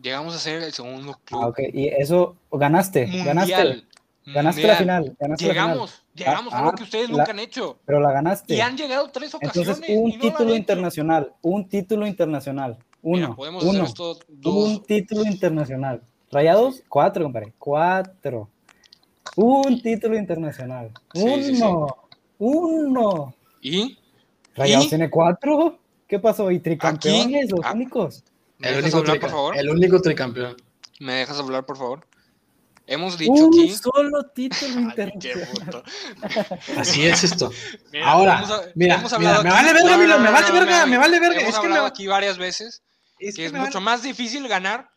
S1: Llegamos a ser el segundo club
S2: Ah, ok. Y eso, ganaste, ganaste.
S1: mundial.
S2: Ganaste
S1: mundial.
S2: la final. Ganaste La final,
S1: Llegamos. Llegamos a
S2: Ah,
S1: algo que ustedes
S2: la-
S1: nunca han hecho.
S2: pero la ganaste.
S1: Y han llegado tres ocasiones.
S2: Entonces,
S1: y
S2: un
S1: no lo han
S2: título
S1: hecho.
S2: internacional. Un título internacional. Uno.
S1: Mira, podemos
S2: uno.
S1: hacer esto dos.
S2: Un título internacional. Rayados, cuatro, compadre. Cuatro. Un título internacional.
S1: Sí,
S2: uno.
S1: sí, sí.
S2: Uno.
S1: Y
S2: Rayados
S1: ¿Y?
S2: tiene cuatro. ¿Qué pasó? ¿Y tricampeones? Los
S1: ah.
S2: únicos.
S1: ¿Me
S3: el
S1: dejas
S3: único,
S1: hablar,
S3: trica-
S1: por favor?
S3: el único tricampeón.
S1: ¿Me dejas hablar, por favor? Hemos dicho
S2: Un
S1: aquí.
S2: solo título
S1: Ay, qué
S2: internacional.
S1: puto.
S3: Así es esto.
S1: Mira,
S3: Ahora,
S1: hemos hab-
S3: mira,
S1: hemos hablado
S3: mira, me
S1: aquí-
S3: vale verga,
S1: No,
S3: Milo,
S1: no,
S3: me
S1: no,
S3: vale
S1: no,
S3: verga,
S1: no,
S3: me vale verga,
S1: Hemos
S3: es que me
S1: hablado
S3: va-
S1: aquí varias veces que es
S3: me
S1: mucho
S3: vale-
S1: más difícil ganar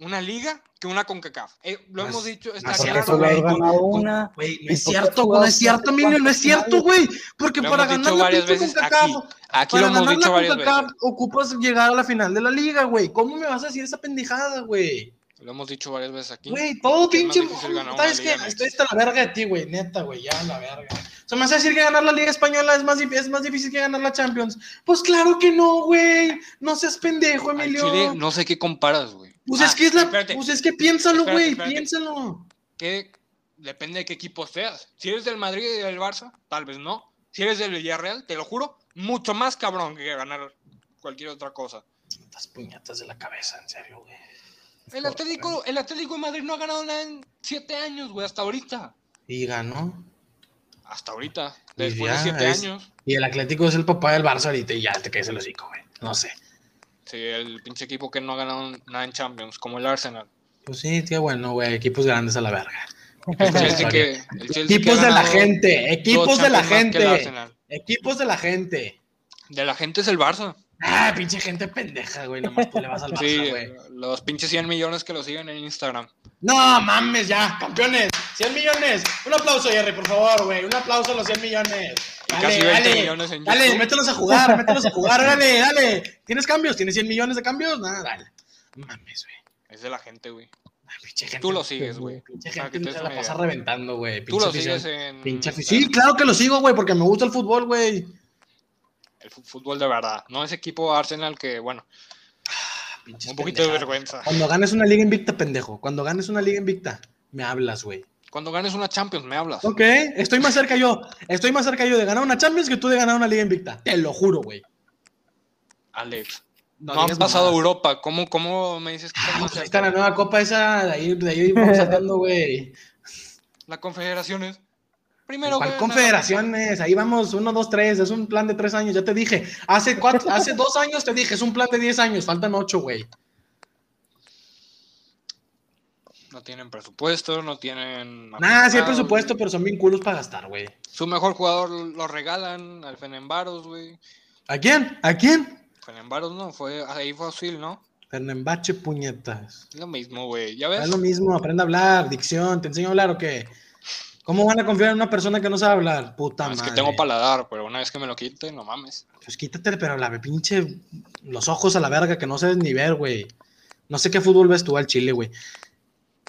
S1: una liga que una CONCACAF. Eh, lo
S3: Pues,
S1: hemos dicho, está
S3: así
S1: claro,
S3: es,
S2: solo
S1: güey.
S2: has
S3: güey, con-
S2: ganado
S3: con-
S2: una.
S3: Güey, no
S2: ¿Y
S3: es
S2: por qué
S3: cierto,
S2: tú
S3: güey, no
S2: vas
S3: es cierto,
S2: a
S3: Emilio, no es
S2: jugar
S3: cierto, güey. Porque
S1: Lo
S3: para
S1: hemos
S3: ganar
S1: dicho
S3: la
S1: varias
S3: pinche
S1: veces
S3: CONCACAF,
S1: aquí. Aquí
S3: para
S1: lo hemos
S3: ganar
S1: dicho
S3: la
S1: varias
S3: CONCACAF,
S1: veces.
S3: ocupas llegar a la final de la liga, güey. ¿Cómo me vas a decir esa pendejada, güey?
S1: Lo hemos dicho varias veces aquí.
S3: Güey, todo
S1: ¿Qué es más
S3: pinche.
S1: difícil ganar una
S3: ¿Sabes qué?
S1: Liga MX?
S3: Estoy hasta la verga de ti, güey. Neta, güey, ya la verga. O sea, me vas a decir que ganar la Liga Española es más, dif- es más difícil que ganar la Champions. Pues claro que no, güey. No seas pendejo,
S1: Al
S3: Emilio.
S1: Chile, no sé qué comparas, güey.
S3: Pues
S1: Ah,
S3: es que es la.
S1: espérate,
S3: Pues es que piénsalo,
S1: Espérate,
S3: güey.
S1: espérate.
S3: Piénsalo.
S1: que depende de qué equipo seas. Si eres del Madrid y del Barça, tal vez no. Si eres del Villarreal, te lo juro, mucho más cabrón que ganar cualquier otra cosa.
S3: Estas puñetas de la cabeza, en serio, güey.
S1: El Atlético, el Atlético de Madrid no ha ganado nada en siete años, güey, hasta ahorita.
S3: Y ganó.
S1: Hasta ahorita,
S3: Y
S1: después
S3: ya,
S1: de siete
S3: es-
S1: años.
S3: Y el Atlético es el papá del Barça ahorita y ya te caes el hocico, güey. No sé.
S1: Sí, el pinche equipo que no ha ganado nada en Champions, como el Arsenal.
S3: Pues sí, qué bueno, güey. Equipos grandes a la verga.
S1: El
S3: Pues
S1: Chelsea
S3: vale.
S1: que, el Chelsea que ha
S3: Equipos de la
S1: ganado
S3: gente.
S1: dos
S3: Equipos de la
S1: Champions más que el
S3: gente.
S1: Arsenal.
S3: Equipos de la gente.
S1: De la gente es el Barça.
S3: Ah, pinche gente pendeja, güey. Nomás tú le vas al Barça,
S1: Sí,
S3: güey.
S1: los pinches 100 millones que lo siguen en Instagram.
S3: No, mames, ya, campeones. 100 millones. Un aplauso, Jerry, por favor, güey. Un aplauso a los 100 millones.
S1: Y
S3: Dale,
S1: casi 20
S3: dale.
S1: millones en
S3: Dale,
S1: YouTube.
S3: mételos a jugar, mételos a jugar, dale, dale. ¿Tienes cambios? ¿Tienes 100 millones de cambios? Nada, dale. No Mames, güey.
S1: Es de la gente, güey.
S3: Ay, pinche gente.
S1: Tú lo sigues, güey.
S3: Pinche
S1: para que
S3: gente
S1: te
S3: me
S1: des
S3: la
S1: una
S3: pasa
S1: idea.
S3: reventando, güey.
S1: Tú
S3: Pinche
S1: lo
S3: afición.
S1: sigues en.
S3: Pinche afición.
S1: en
S3: Sí, claro que lo sigo, güey, porque me gusta el fútbol, güey.
S1: El fu- fútbol de verdad. No ese equipo Arsenal que, bueno,
S3: Pinches
S1: un poquito de
S3: pendejadas.
S1: vergüenza.
S3: Cuando ganes una liga invicta, pendejo. Cuando ganes una liga invicta, me hablas, güey.
S1: Cuando ganes una Champions, me hablas.
S3: Ok, estoy más cerca yo. Estoy más cerca yo de ganar una Champions que tú de ganar una Liga Invicta. Te lo juro, güey.
S1: Alex. No,
S3: digas
S1: han pasado a
S3: mamadas.
S1: Europa. ¿Cómo, ¿Cómo me dices que estás
S3: Ah,
S1: más
S3: pues ahí
S1: cerca?
S3: está la nueva copa esa, de ahí, de ahí vamos saltando, güey.
S1: La confederación es. Primero,
S3: ¿Cuál
S1: güey,
S3: confederaciones? Ahí vamos, uno, dos, tres, es un plan de tres años, ya te dije. Hace cuatro, hace dos años te dije, es un plan de diez años, faltan ocho, güey.
S1: No tienen presupuesto, no tienen.
S3: Nada, sí hay
S1: aficionados,
S3: presupuesto,
S1: ah, güey.
S3: pero son bien culos para gastar, güey.
S1: Su mejor jugador lo regalan al Fenembaros, güey.
S3: ¿A quién? ¿A quién?
S1: Fenembaros no, fue ahí fue Osil, ¿no?
S3: Fernambache puñetas.
S1: Es lo mismo, güey. ¿Ya
S3: Es
S1: ves?
S3: lo mismo, aprende a hablar, dicción, ¿te enseño a hablar o qué? ¿Cómo van a confiar en una persona que no sabe hablar? Puta
S1: Ah, es
S3: madre.
S1: que tengo paladar, pero una vez que me lo quiten, no mames.
S3: Pues quítate, pero la pinche. Los ojos a la verga, que no sabes ni ver, güey. No sé qué fútbol ves tú al Chile, güey.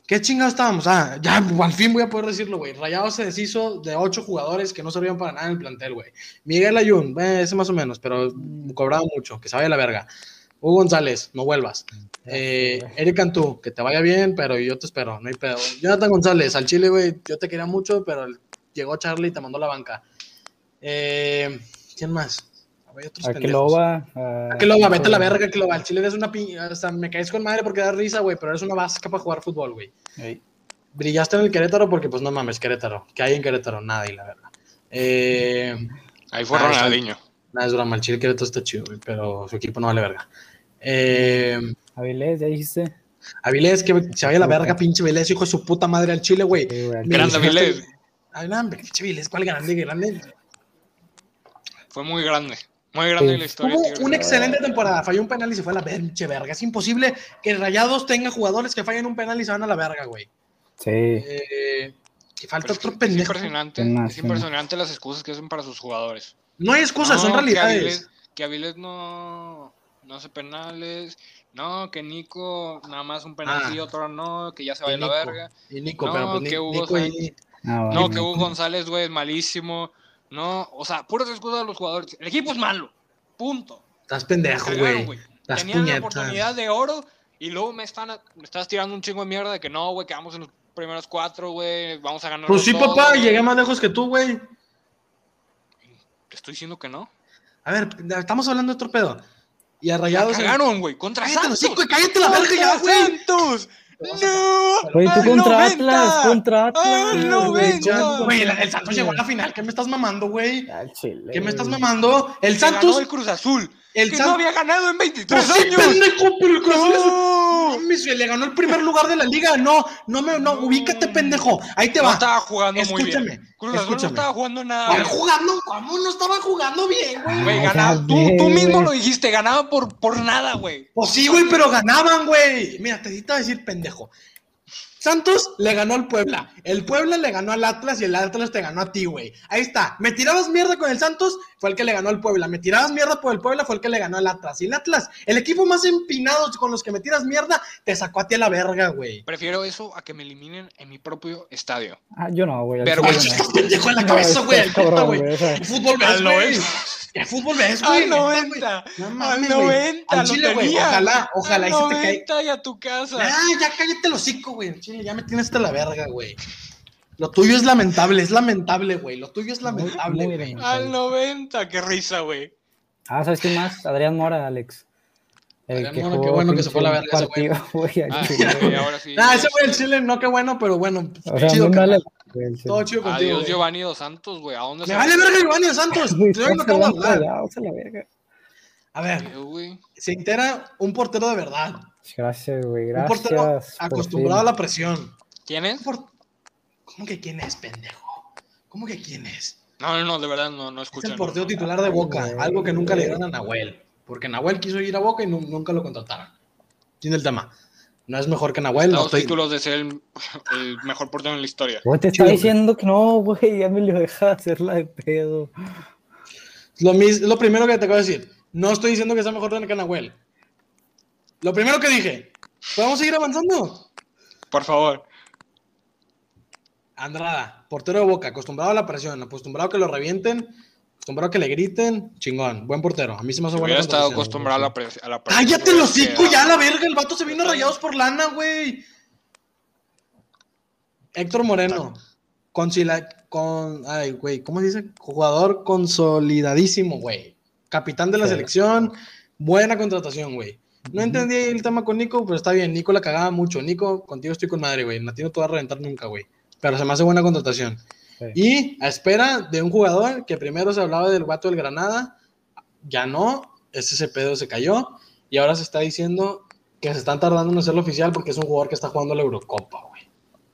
S3: ¿Qué chingados estábamos? Ah, ya, al fin voy a poder decirlo, güey. Rayado se deshizo de ocho jugadores que no servían para nada en el plantel, güey. Miguel Ayun, eh, ese más o menos, pero cobraba mucho, que se vaya a la verga. Hugo González, no vuelvas.
S2: Ah,
S3: Eh, Eric Cantú, que te vaya bien, pero yo te espero, no hay pedo. Jonathan González, al Chile, güey, yo te quería mucho, pero llegó Charlie y te mandó a la banca. Eh, ¿Quién más? Hay otros
S2: A
S3: pendejos.
S2: Keloba.
S3: A Keloba, vete a la verga, Keloba. Al Chile eres una piña, hasta me caes con madre porque da risa, güey, pero eres una vasca para jugar fútbol, güey.
S2: Ey.
S3: Brillaste en el Querétaro porque, pues, no mames, Querétaro. ¿Qué hay en Querétaro? Nada, y la verdad. Eh,
S1: Ahí fue
S3: Ah, está.
S1: Ronaldinho.
S3: nada, es broma, el Chile Querétaro está chido, güey, pero su equipo no vale verga. Eh...
S2: Avilés, ya dijiste.
S3: Avilés, que se vaya a la verga, pinche Avilés, hijo de su puta madre al Chile, güey.
S2: Sí, güey,
S1: Grande
S3: Mira,
S1: Avilés.
S3: Ay, no, hombre, pinche Avilés, ¿cuál grande, grande?
S1: Fue muy grande. Muy grande
S2: Sí.
S1: la historia. de Tigres.
S3: Tuvo una excelente temporada, falló un penal y se fue a la pinche verga. Es imposible que Rayados tenga jugadores que fallen un penal y se van a la verga, güey.
S2: Sí.
S3: Eh, que falta
S1: Pero es,
S3: otro
S1: es
S3: pendejo.
S1: impresionante,
S2: Una,
S1: es
S2: sí,
S1: impresionante las excusas que hacen para sus jugadores.
S3: No hay excusas,
S1: No,
S3: son
S1: que
S3: realidades.
S1: Avilés- Que Avilés no, no hace penales. No, que Nico nada más un penal
S3: Ah.
S1: sí, otro no, que ya se vaya a la
S3: Nico.
S1: verga.
S3: Y Nico,
S1: No,
S3: pero pues Ni-
S1: que Hugo
S3: Nico y-
S1: Sánchez.
S2: Ah, bueno.
S1: No, que Hugo González, güey, es malísimo. No, o sea, puras excusas de los jugadores. El equipo es malo. Punto.
S3: Estás pendejo,
S1: Cagaron,
S3: güey.
S1: güey.
S3: Estás
S1: Tenían la
S3: puñetas.
S1: oportunidad de oro y luego me, están, me estás tirando un chingo de mierda de que no, güey, quedamos en los primeros cuatro, güey, vamos a ganar.
S3: Pues sí, papá, llegué más lejos que tú, güey.
S1: Te estoy diciendo que no.
S3: A ver, estamos hablando de otro pedo. Y a
S1: Ya
S3: Rayados. en-
S1: cagaron, güey, contra
S3: Cállate, los
S1: Santos.
S3: cinco, cállate la verga ya,
S1: ¡Contra
S3: güey.
S1: Santos! ¡No!
S2: Güey, tú
S1: ¡Al
S2: contra
S1: 90!
S2: Atlas, contra Atlas.
S1: ¡Al 90!
S3: Güey, el, el Santos llegó a la final. ¿Qué me estás mamando, güey?
S2: Al Chile.
S3: ¿Qué me estás
S2: güey.
S3: mamando? El
S1: Que ganó
S3: Santos.
S1: el Cruz Azul.
S3: El
S1: que no
S3: Santos.
S1: había ganado en
S3: Pues
S1: 23
S3: sí,
S1: años.
S3: pendejo, pero el Cruz Azul es-
S1: ¡No!
S3: Mames, Luis, le ganó el primer lugar de la liga. No, no me, no, ubícate, pendejo. Ahí te
S1: No
S3: va.
S1: estaba jugando muy bien.
S3: Escúchame,
S1: Cruz Azul no
S3: escúchame.
S1: estaba jugando
S3: Estaban
S1: nada.
S3: jugando, ¿cómo no estaban jugando bien, güey?
S1: Güey,
S2: Ay,
S1: ganaba.
S2: ya
S1: Tú,
S2: ves,
S1: tú mismo
S2: güey.
S1: lo dijiste, ganaba por, por nada, güey.
S3: Pues sí, güey, pero ganaban, güey. Mira, te necesito decir pendejo. Santos le ganó al Puebla. El Puebla le ganó al Atlas y el Atlas te ganó a ti, güey. Ahí está. Me tirabas mierda con el Santos, fue el que le ganó al Puebla. Me tirabas mierda por el Puebla, fue el que le ganó al Atlas. Y el Atlas, el equipo más empinado con los que me tiras mierda, te sacó a ti a la verga, güey.
S1: Prefiero eso a que me eliminen en mi propio estadio.
S2: Ah, yo no, güey. al
S1: Pero,
S2: chile
S3: Ay,
S1: güey,
S2: no.
S3: estás pendejo en la
S2: No,
S3: cabeza,
S2: estás
S3: güey. al
S2: cabrón,
S3: puta, güey.
S2: güey, o sea,
S3: ¿Qué fútbol ves,
S1: Al
S3: güey?
S1: 90.
S3: ¿Qué fútbol ves, güey?
S1: Al 90.
S3: No
S1: Al
S3: mames, güey.
S1: 90.
S3: Al
S1: lo
S3: chile, güey.
S1: tenía.
S3: Ojalá, ojalá.
S1: Al
S3: Y se te caiga.
S1: 90 y a tu casa.
S3: Ah, ya cállate el hocico, güey. Al chile, Ya me tienes hasta la verga, güey. Lo tuyo es lamentable, es lamentable, güey. Lo tuyo es
S2: Muy-
S3: lamentable,
S2: muy
S3: güey.
S2: bien.
S1: Al 90. Qué risa, güey.
S2: Ah, ¿sabes quién más? Adrián Mora, Alex.
S3: Adrián Mora, qué bueno que se fue a la verga ese güey.
S2: partido, güey. al
S1: Ah,
S2: chile,
S1: güey,
S2: güey.
S1: ahora sí.
S3: Ah, ese güey el chile, no, qué bueno, pero bueno.
S2: O sea,
S3: chido,
S2: no me vale,
S3: carnal.
S2: güey, al chile.
S3: Todo chido contigo.
S1: Adiós,
S3: güey.
S1: Giovanni Dos Santos, güey. ¿A dónde
S3: Me vale verga Giovanni dos Santos.
S2: Güey,
S3: Yo vengo
S2: está
S3: acá a
S2: hablando
S3: hablar.
S2: de la- o sea, la verga.
S3: A ver,
S1: güey?
S3: se entera un portero de verdad.
S2: Gracias, güey.
S3: Un portero
S2: Gracias. por
S3: acostumbrado a
S2: fin.
S3: la presión.
S1: ¿Quién es?
S3: Un por- ¿Cómo que quién es, pendejo? ¿Cómo que quién es?
S1: No, no, no, de verdad no, no
S3: Es
S1: escuchan.
S3: el portero
S1: no, no.
S3: titular de Boca,
S2: Ay,
S3: algo que nunca le
S2: güey.
S3: dieron a Nahuel, porque Nahuel quiso ir a Boca y nu- nunca lo contrataron. Tiene el tema. No es mejor que Nahuel, no
S1: Los
S3: estoy...
S1: títulos de ser el, el mejor portero en la historia.
S2: Güey, te está
S3: Chido, güey.
S2: diciendo que no, güey. Ya me lo deja hacerla de pedo.
S3: Lo, mis- lo primero que te acabo de decir, no estoy diciendo que sea mejor que Nahuel. Lo primero que dije, ¿podemos seguir avanzando?
S1: Por favor.
S3: Andrada, portero de Boca, acostumbrado a la presión, acostumbrado a que lo revienten, acostumbrado a que le griten, chingón, buen portero. A mí se me hace
S1: Yo
S3: buena
S1: hubiera estado
S3: contratación.
S1: acostumbrado a la, pres- a la presión.
S3: Cállate los cinco
S1: Que-
S3: ya, la verga. El vato se vino rayados por lana, güey. Héctor Moreno. Con, con, ay, güey, ¿cómo se dice? Jugador consolidadísimo, güey. Capitán de la
S2: Sí.
S3: selección. Buena contratación, güey.
S2: Ujú.
S3: No entendí el tema con Nico, pero está bien. Nico la cagaba mucho. Nico, contigo estoy con madre, güey. A ti no te va a reventar nunca, güey. Pero se me hace buena contratación.
S2: Sí.
S3: Y a espera de un jugador que primero se hablaba del guato del Granada, ya no, ese ese pedo se cayó y ahora se está diciendo que se están tardando en hacerlo oficial porque es un jugador que está jugando la Eurocopa, güey.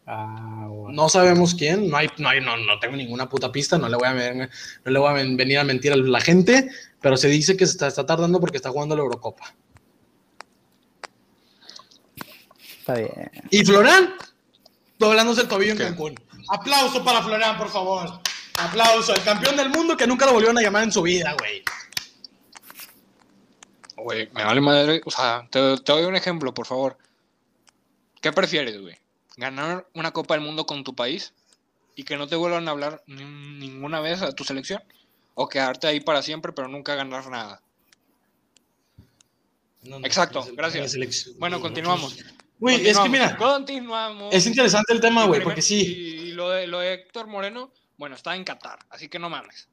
S2: Ah, güey.
S3: No sabemos quién, no hay, no hay, no, no tengo ninguna puta pista, no le voy a, ven- no le voy a ven- venir a mentir a la gente, pero se dice que se está, está tardando porque está jugando la Eurocopa.
S2: Está bien.
S3: Y Florán, doblándose el tobillo
S1: ¿Qué?
S3: en Cancún. Aplauso para Florán, por favor. Aplauso, el campeón del mundo que nunca lo volvieron a llamar en su vida, güey.
S1: Güey, me vale madre. O sea, te, te doy un ejemplo, por favor. ¿Qué prefieres, güey? ¿Ganar una Copa del Mundo con tu país y que no te vuelvan a hablar ni- ninguna vez a tu selección? ¿O quedarte ahí para siempre pero nunca ganar nada?
S3: No, no,
S1: Exacto,
S3: no, no,
S1: gracias.
S3: no, no, no, no,
S1: Bueno,
S3: no,
S1: continuamos.
S3: Güey, es que
S1: Continuamos.
S3: mira,
S1: Continuamos.
S3: es interesante el tema,
S1: Y
S3: güey,
S1: primer-
S3: porque sí.
S1: Y, y lo, de, lo de Héctor Moreno, bueno, está en Qatar, así que no mames.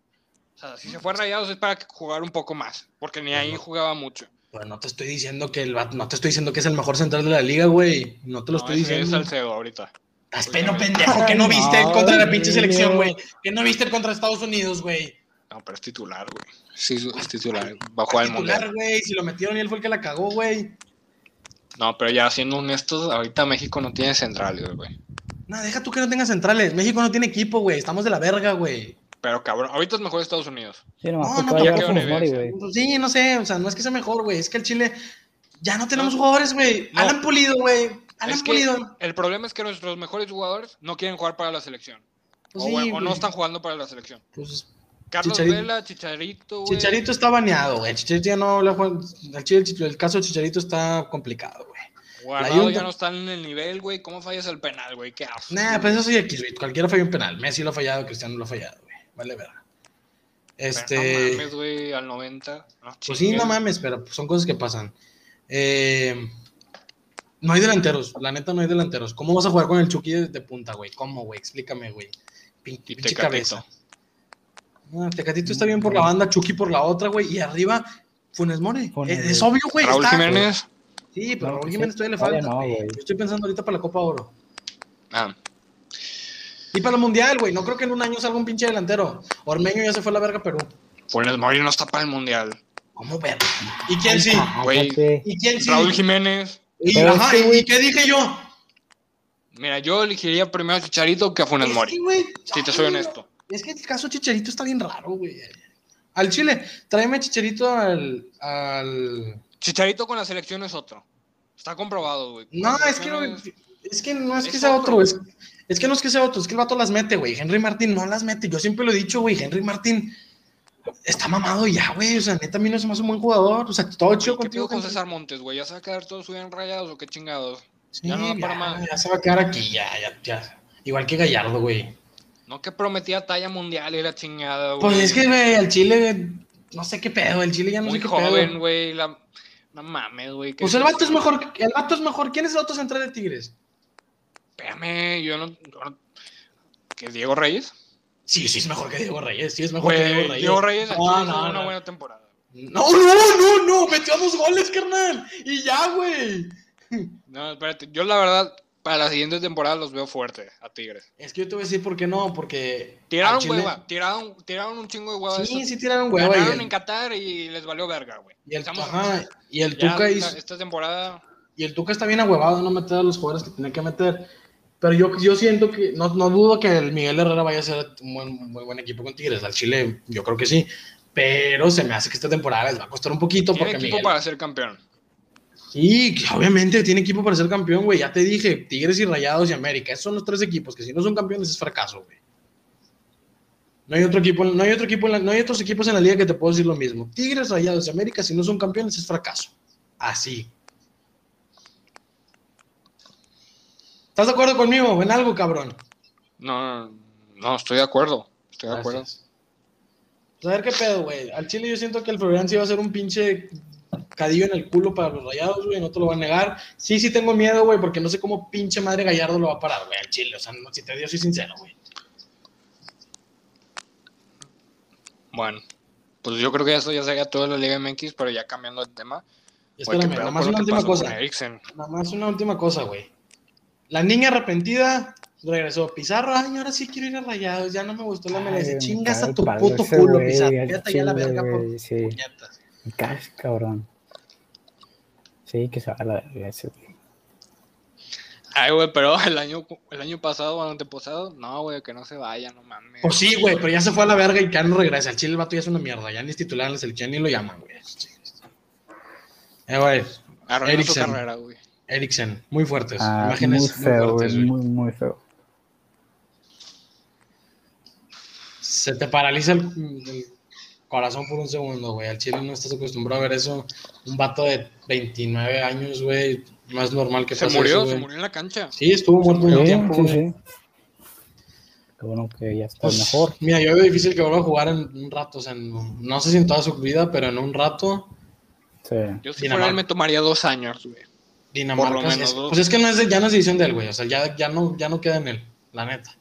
S1: O sea, si se fue a Rayados es para que- jugar un poco más, porque ni ahí jugaba mucho.
S3: Pero no te estoy diciendo que el vato- no te estoy diciendo que es el mejor central de la liga, güey. No te lo
S1: No,
S3: estoy
S1: ese Es
S3: diciendo.
S1: Salcedo ahorita.
S3: Estás peno pendejo que no
S2: No,
S3: viste el contra la pinche
S2: Dios.
S3: selección, güey. Que no viste el contra Estados Unidos, güey.
S1: No, pero es titular, güey. Sí, es titular. Va a jugar el
S3: Ah, Titular,
S1: mundial.
S3: güey. Si lo metieron y él fue el que la cagó, güey.
S1: No, pero ya siendo honestos, ahorita México no tiene centrales, güey.
S3: No, deja tú que no tengas centrales. México no tiene equipo, güey. Estamos de la verga, güey.
S1: Pero cabrón, ahorita es mejor Estados Unidos.
S2: Sí, nomás
S3: No,
S2: te
S3: no,
S2: puedo
S3: no,
S2: llevar
S1: qué
S2: con los
S1: buena
S2: Mori,
S1: idea.
S2: güey.
S3: Pues Sí, no sé. O sea, no es que sea mejor, güey. Es que el Chile ya no tenemos
S1: No.
S3: jugadores, güey.
S1: No.
S3: Alan Pulido, güey. Alan
S1: Es que
S3: Pulido.
S1: el problema es que nuestros mejores jugadores no quieren jugar para la selección.
S3: Pues
S1: o,
S3: sí,
S1: güey, o no
S3: güey.
S1: están jugando para la selección.
S3: Pues
S1: Carlos
S3: Chicharito.
S1: Vela, Chicharito, güey.
S3: Chicharito está baneado, güey. Chicharito ya no le juega- El, Chile- el, caso de Chicharito está complicado, güey.
S1: Guardado
S3: La Junta-
S1: ya no está en el nivel, güey. ¿Cómo fallas el penal, güey? ¿Qué haces?
S3: Nah, pues eso sí, aquí, güey. Cualquiera falló un penal. Messi lo ha fallado, Cristiano lo ha fallado, güey. Vale, verga.
S1: No
S3: Este.
S1: mames, güey, al 90. No,
S3: pues sí, no
S1: chingues.
S3: mames, pero son cosas que pasan. Eh, no hay delanteros. La neta, no hay delanteros. ¿Cómo vas a jugar con el Chucky de, de punta, güey? ¿Cómo, güey? Explícame, güey. Pin-
S1: Y
S3: Pinche
S1: Tecatito. Mm.
S3: cabeza. Ah, Tecatito está bien por la banda, Chucky por la otra, güey. Y arriba, Funes Mori.
S2: Funes,
S3: Es, es
S2: güey.
S3: obvio, güey.
S1: Raúl
S3: está-
S1: Jiménez.
S3: Sí, pero
S2: No,
S3: Raúl
S2: pues,
S3: Jiménez todavía le
S2: todavía
S3: falta.
S2: no,
S3: güey.
S2: güey.
S3: Yo estoy pensando ahorita para la Copa Oro.
S1: Ah,
S3: Y para el Mundial, güey. No creo que en un año salga un pinche delantero. Ormeño ya se fue a la verga a Perú.
S1: Funes Mori no está para el mundial.
S3: ¿Cómo ver? ¿Y quién sí?
S2: Ah,
S1: Güey.
S2: cállate.
S3: ¿Y quién sí?
S1: Raúl Jiménez.
S3: Y,
S2: Pero
S3: ajá,
S2: este
S3: ¿y-
S2: güey-
S3: ¿y qué dije yo?
S1: Mira, yo elegiría primero a Chicharito que a Funes
S3: Es que,
S1: Mori.
S3: güey,
S1: Si te
S3: ay,
S1: soy
S3: güey,
S1: honesto.
S3: Es que el caso Chicharito está bien raro, güey. Al Chile, tráeme a Chicharito al, al...
S1: Chicharito con la selección es otro. Está comprobado, güey.
S3: No,
S1: Con la
S3: es que no,
S1: selección
S3: es que no es que
S1: Es
S3: sea otro,
S1: otro,
S3: es, es que no es que sea otro, es que el vato las mete, güey. Henry Martín no las mete. Yo siempre lo he dicho, güey, Henry Martín está mamado ya, güey. O sea, neta, a mí no se me hace un buen jugador. O sea, todo chido
S1: ¿Y ¿Qué
S3: contigo.
S1: pido con
S3: Henry.
S1: César Montes, güey? ¿Ya se va a quedar todos bien rayados o qué chingados?
S3: Sí,
S1: Ya no da para más.
S3: ya se va a quedar aquí, ya, ya, ya. Igual que Gallardo, güey.
S1: No que prometía talla mundial y la chingada, güey.
S3: Pues es que, güey, al Chile, güey, no sé qué pedo, el Chile ya no
S1: Muy
S3: sé qué
S1: Pues joven,
S3: pedo.
S1: güey. La... No mames, güey. que-
S3: Pues el vato es mejor, el vato es mejor. ¿Quién es el otro central de Tigres?
S1: Espérame, yo no... yo no- ¿Que Diego Reyes?
S3: Sí, sí es mejor que Diego Reyes, sí es mejor que Diego
S1: Güey,
S3: Reyes.
S1: Diego Reyes
S3: No,
S1: al Chile
S3: no,
S1: tuvo una
S3: no.
S1: buena temporada.
S3: No, no, no, no, metió dos goles, carnal. Y ya, güey.
S1: No, espérate. Yo, la verdad, para la siguiente temporada los veo fuerte a Tigres.
S3: Es que yo te voy a decir por qué no, porque. al
S1: Tiraron
S3: Ah, Chile-
S1: hueva. Tiraron, tiraron un chingo de hueva. de
S3: Sí,
S1: esas-
S3: sí tiraron hueva. Y
S1: Ganaron
S3: el,
S1: en Qatar y les valió verga, güey.
S3: y el,
S1: Seamos
S3: ajá,
S1: honestos.
S3: y el
S1: Ya,
S3: Tuca
S1: esta-
S3: hizo-
S1: Esta temporada...
S3: Y el Tuca está bien ahuevado, no meter a los jugadores que tenía que meter. Pero yo, yo siento que, no, no dudo que el Miguel Herrera vaya a ser un buen, muy buen equipo con Tigres. Al Chile, yo creo que sí. Pero se me hace que esta temporada les va a costar un poquito
S1: Tiene
S3: porque
S1: equipo
S3: Miguel-
S1: para ser campeón.
S3: Sí, que obviamente tiene equipo para ser campeón, güey. Ya te dije, Tigres y Rayados y América. Esos son los tres equipos que si no son campeones es fracaso, güey. No hay otro equipo, no hay otro equipo, en la- no hay otros equipos en la liga que te puedo decir lo mismo. Tigres, Rayados y América, si no son campeones es fracaso. Así. ¿Estás de acuerdo conmigo en algo, cabrón?
S1: No, no, no, estoy de acuerdo. Estoy
S3: Ah,
S1: de acuerdo.
S3: Gracias. Pues a ver qué pedo, güey. Al Chile yo siento que el Florian sí va a ser un pinche cadillo en el culo para los rayados, güey. No te lo va a negar. Sí, sí tengo miedo, güey, porque no sé cómo pinche madre Gallardo lo va a parar, güey, al Chile. O sea, no, si te digo, soy sincero, güey.
S1: Bueno, pues yo creo que eso ya sería todo de la Liga MX, pero ya cambiando de tema. güey, ¿qué
S3: Espérame,
S1: pedo
S3: nada
S1: con
S3: más
S1: lo
S3: una
S1: que
S3: última
S1: pasó con
S3: cosa.
S1: Eriksen?
S3: Nada más una última cosa, güey. La niña arrepentida regresó. Pizarro, ay, ahora sí quiero ir a rayados. Ya no me gustó la MLS.
S2: Ay,
S3: Chingas
S2: me cae
S3: a tu
S2: el palo
S3: puto
S2: ese
S3: culo,
S2: güey,
S3: Pizarro.
S2: al
S3: Fíjate ya la
S2: chile,
S3: verga por
S2: güey, sí.
S3: puñetas.
S2: Me cagas, cabrón. Sí, que se va a la verga ese, güey.
S1: Ay, güey, pero el año, el año pasado o el antepasado, no, güey, que no se vaya, no mames.
S3: Pues sí, güey, pero ya se fue a la verga y ya no regresa. El Chile el vato ya es una mierda. Ya ni es titular en la selección ni lo llaman, güey. Eh, güey,
S1: Arruinó su
S3: Eriksen.
S1: carrera, güey.
S3: Eriksen, muy fuertes.
S2: Ah,
S3: Pues, Imágenes
S2: muy
S3: muy
S2: feo,
S3: fuertes,
S2: güey.
S3: güey.
S2: Muy, muy feo.
S3: Se te paraliza el, el corazón por un segundo, güey. Al Chile no estás acostumbrado a ver eso. Un vato de 29 años, güey. No es normal que
S1: Se
S3: pase
S1: murió,
S3: eso,
S1: se
S3: güey.
S1: murió en la cancha.
S3: Sí, estuvo muerto
S2: Sí,
S3: un tiempo,
S2: sí,
S3: güey.
S2: sí. Qué bueno que ya está
S3: Pues,
S2: mejor.
S3: Mira, yo veo difícil que vuelva a jugar en un rato. O sea, en- no sé si en toda su vida, pero en un rato.
S2: Sí.
S1: Yo si
S3: Dinamarca.
S1: fuera él me tomaría dos años, güey.
S3: Dinamarca.
S1: Por lo
S3: es-
S1: menos
S3: es-
S1: dos.
S3: pues es que no es de- ya no es decisión de él, güey. O sea, ya, ya, no, ya no queda en él, la neta.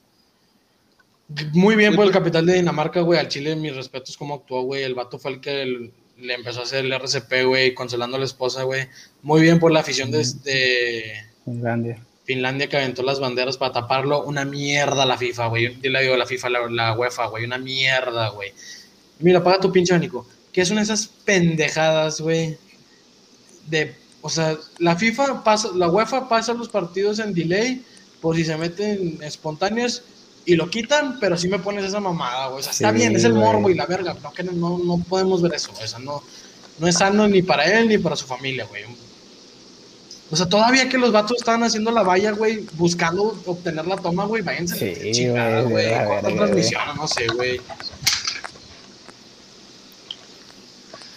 S3: Muy bien
S1: pues
S3: por el capital de Dinamarca, güey. Al Chile, mis respetos, cómo actuó, güey. El vato fue el que el- le empezó a hacer el RCP, güey, consolando a la esposa, güey. Muy bien por la
S1: Mm.
S3: afición de, este, de
S2: Finlandia.
S3: Finlandia que aventó las banderas para taparlo. Una mierda la FIFA, güey. Yo le digo la FIFA, la, la UEFA, güey. Una mierda, güey. Mira, apaga tu pinche abanico. ¿Qué son esas pendejadas, güey? De, o sea, la FIFA pasa, la UEFA pasa los partidos en delay por si se meten espontáneos y lo quitan, pero sí me pones esa mamada, güey. O sea, está
S2: Sí,
S3: bien, es el
S2: güey.
S3: morbo y la verga. No, que no, no podemos ver eso, güey. O sea, no, no es sano ni para él ni para su familia, güey. O sea, todavía que los vatos estaban haciendo la valla, güey, buscando obtener la toma, güey, váyanse a la
S2: Sí,
S3: chingada,
S2: güey,
S3: güey.
S2: la
S3: corta
S2: verga,
S3: transmisión, no sé, güey.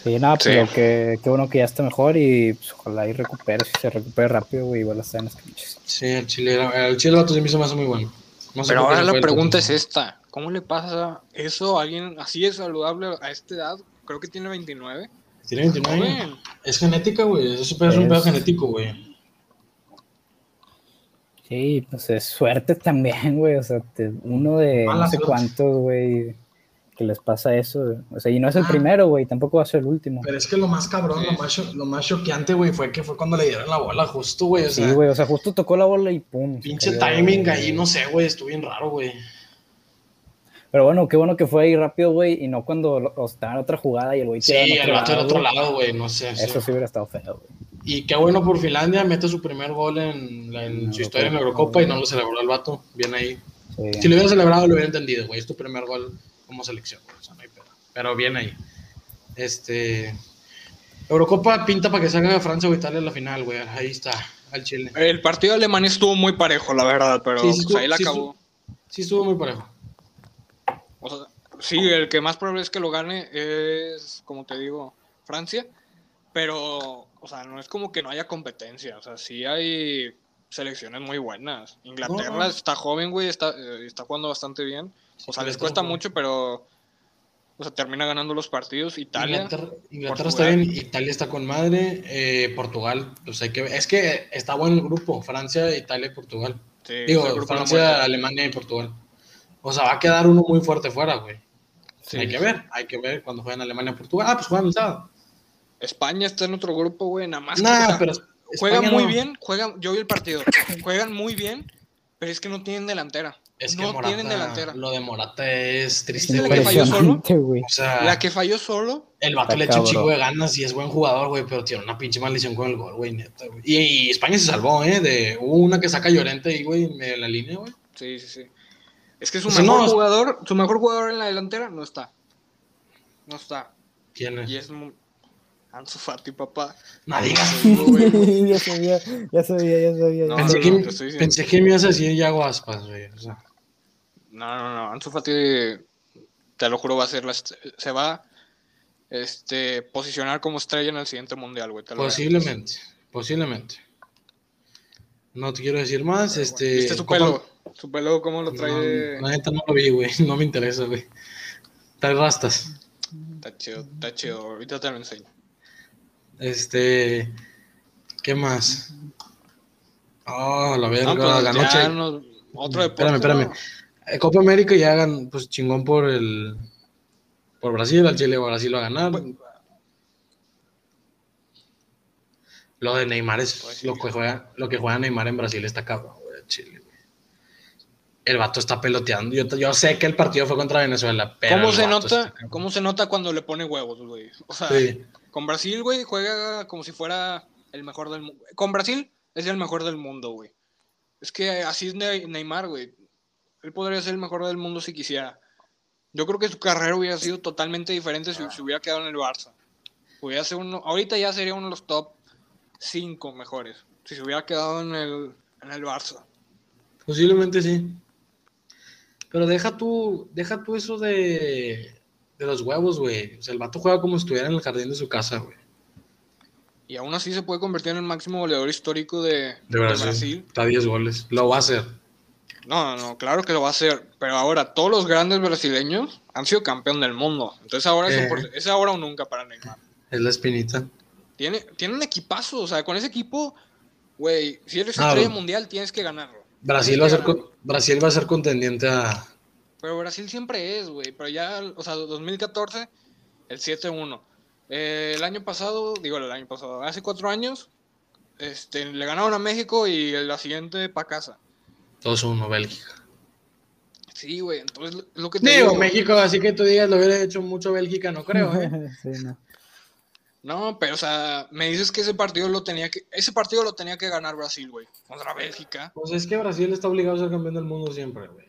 S2: Sí, nada,
S1: Sí.
S2: pero que, qué bueno que ya está mejor y pues, ojalá y recupere. Si se recupere rápido, güey, igual está en las canchas.
S3: Sí, el chile, el chile vato se me hizo más muy bueno. No sé
S1: Pero
S3: por qué
S1: ahora
S3: se fue
S1: la
S3: el
S1: pregunta es
S3: vato.
S1: esta. ¿Cómo le pasa eso a alguien así de saludable a esta edad? Creo que tiene 29.
S3: Tiene 29 años.
S1: Joven.
S3: Es genética, güey. Eso es un
S2: Es-
S3: pedo genético, güey.
S2: Sí, pues es suerte también, güey. O sea, te- uno de
S3: Mala
S2: no sé
S3: suerte.
S2: cuántos, güey, que les pasa eso. güey. O sea, y no es el
S3: Ah.
S2: primero, güey, tampoco va a ser el último.
S3: Pero es que lo más cabrón,
S1: Sí.
S3: lo más cho- lo más choqueante, güey, fue que fue cuando le dieron la bola justo, güey. O sea,
S2: sí, güey, o sea, justo tocó la bola y pum. se
S3: pinche
S2: cayó,
S3: timing
S2: güey.
S3: ahí, no sé, güey, estuvo bien raro, güey.
S2: Pero bueno, qué bueno que fue ahí rápido, güey, y no cuando lo- o sea, estaba en otra jugada y el güey
S3: Sí,
S2: tiraba en
S3: el vato del otro
S2: güey.
S3: lado, güey, no sé. sí.
S2: Eso sí hubiera estado feo, güey.
S3: Y qué bueno por Finlandia, mete su primer gol en, la- en
S2: En
S3: su historia en la
S2: Eurocopa.
S3: Eurocopa y no lo celebró el vato. Bien ahí.
S2: Sí.
S3: Si lo hubiera celebrado, lo hubiera entendido, güey. Es tu primer gol como selección, güey. O sea, no hay pedo. Pero bien ahí. Este. Eurocopa pinta para que salga Francia o Italia a la final, güey. Ahí está, al Chile.
S1: El partido de Alemania estuvo muy parejo, la verdad, pero
S3: Sí, sí,
S1: pues, ahí
S3: sí,
S1: la
S3: sí.
S1: acabó.
S3: Sí, estuvo muy parejo.
S1: O sea, sí, el que más probable es que lo gane es, como te digo, Francia. Pero, o sea, no es como que no haya competencia. O sea, sí hay selecciones muy buenas. Inglaterra
S3: No, no.
S1: está joven, güey, está, eh, está jugando bastante bien. O sea, les cuesta mucho, pero, o sea, termina ganando los partidos. Italia.
S3: Inglaterra, Inglaterra está
S1: Portugal.
S3: bien, Italia está con madre, eh, Portugal, pues hay que ver. Es que está bueno el grupo, Francia, Italia y Portugal.
S1: sí, es el
S3: Digo,
S1: grupo de la
S3: Francia,
S1: muerte.
S3: Alemania y Portugal. O sea, va a quedar uno muy fuerte fuera, güey.
S1: Sí.
S3: hay que ver, hay que ver cuando juegan Alemania y Portugal. Ah, pues juegan el sábado.
S1: España está en otro grupo, güey, nada más. que, o
S3: Nah,
S1: sea,
S3: pero
S1: Juegan
S3: España
S1: muy
S3: no.
S1: bien, juegan, yo vi el partido, juegan muy bien, pero es que no tienen delantera.
S3: Es que
S1: no
S3: Morata-
S1: tienen delantera.
S3: Lo de Morata es triste,
S1: la que
S3: güey.
S1: falló solo.
S2: Impresionante, güey.
S3: O sea,
S1: La que falló solo,
S3: el vato
S2: Está
S3: le echa un
S2: cabrón.
S3: chico de ganas y es buen jugador, güey, pero tiene una pinche maldición con el gol, güey, neta, güey. Y, y España se salvó, ¿eh? De hubo una que saca Llorente ahí, güey, en medio de la línea, güey.
S1: sí, sí, sí. Es que su
S3: O sea,
S1: mejor
S3: no, es-
S1: jugador, su mejor jugador en la delantera no está. No está.
S3: ¿Quién es?
S1: Y es muy... Ansu Fati, papá.
S3: No digas.
S1: Güey,
S2: ya sabía, ya sabía, ya sabía.
S1: No,
S3: Pensé,
S1: no,
S3: que,
S1: no, te estoy diciendo.
S3: pensé que me ibas a decir Yago Aspas, güey. O sea,
S1: No, no, no. Ansu Fati, te lo juro, va a ser la est- se va este posicionar como estrella en el siguiente mundial, güey. te lo
S3: Pues posiblemente, posiblemente. No te quiero decir más,
S1: garantizo.
S3: este...
S1: ¿Viste su
S3: Copa-
S1: pelo? Su pelo, ¿cómo lo trae? de-
S3: No, la neta no lo vi, güey. No me interesa, güey. Trae rastas.
S1: Está chido, está chido. Ahorita te lo enseño.
S3: Este. ¿Qué más? Oh, la verga,
S1: Ah, pues
S3: la
S1: ya
S3: noche.
S1: nos- Otro deporte.
S3: Espérame, espérame. Eh, Copa América ya hagan, pues chingón por el. Por Brasil, al Chile, Brasil va a ganar. Lo de Neymar es
S1: Pues sí.
S3: lo, que juega, lo que juega Neymar en Brasil está cabrón, güey, al Chile, güey. El vato está peloteando. Yo, yo sé que el partido fue contra Venezuela, pero.
S1: ¿Cómo
S3: el
S1: se
S3: vato
S1: nota?
S3: está cabrón.
S1: ¿Cómo se nota cuando le pone huevos, güey? O sea,
S3: Sí.
S1: con Brasil, güey, juega como si fuera el mejor del mundo. Con Brasil es el mejor del mundo, güey. Es que así es Ne- Neymar, güey. Él podría ser el mejor del mundo si quisiera. Yo creo que su carrera hubiera sido totalmente diferente si se hubiera quedado en el Barça. Hubiera sido uno, ahorita ya sería uno de los top 5 mejores. Si se hubiera quedado en el, en el Barça.
S3: Posiblemente sí. Pero deja tú, deja tú eso de, de los huevos, güey. O sea, el vato juega como si estuviera en el jardín de su casa, güey.
S1: Y aún así se puede convertir en el máximo goleador histórico de, de
S3: De Brasil.
S1: Brasil.
S3: Está a 10 goles. Lo va a hacer.
S1: No, no, claro que lo va a hacer. Pero ahora, todos los grandes brasileños han sido campeón del mundo. Entonces ahora es,
S3: Eh.
S1: opor- es ahora o nunca para Neymar.
S3: Es la espinita.
S1: Tiene, tiene un equipazo, o sea, con ese equipo, güey, si eres
S3: Ah,
S1: estrella
S3: güey.
S1: mundial tienes que ganarlo.
S3: Brasil va a ser, con- Brasil va a ser contendiente a.
S1: Pero Brasil siempre es, güey. Pero ya, o sea, 2014, el 7-1. Eh, el año pasado, digo el año pasado, hace cuatro años, este, le ganaron a México y la siguiente pa' casa.
S3: 2-1 Bélgica.
S1: Sí, güey, entonces lo que te
S3: Digo,
S1: digo.
S3: México, así que tú digas, lo hubiera hecho mucho Bélgica, no creo, ¿eh?
S2: Sí, no.
S1: No, pero o sea, me dices que ese partido lo tenía que ese partido lo tenía que ganar Brasil, güey, contra Bélgica.
S3: Pues es que Brasil está obligado a ser campeón del mundo siempre, güey.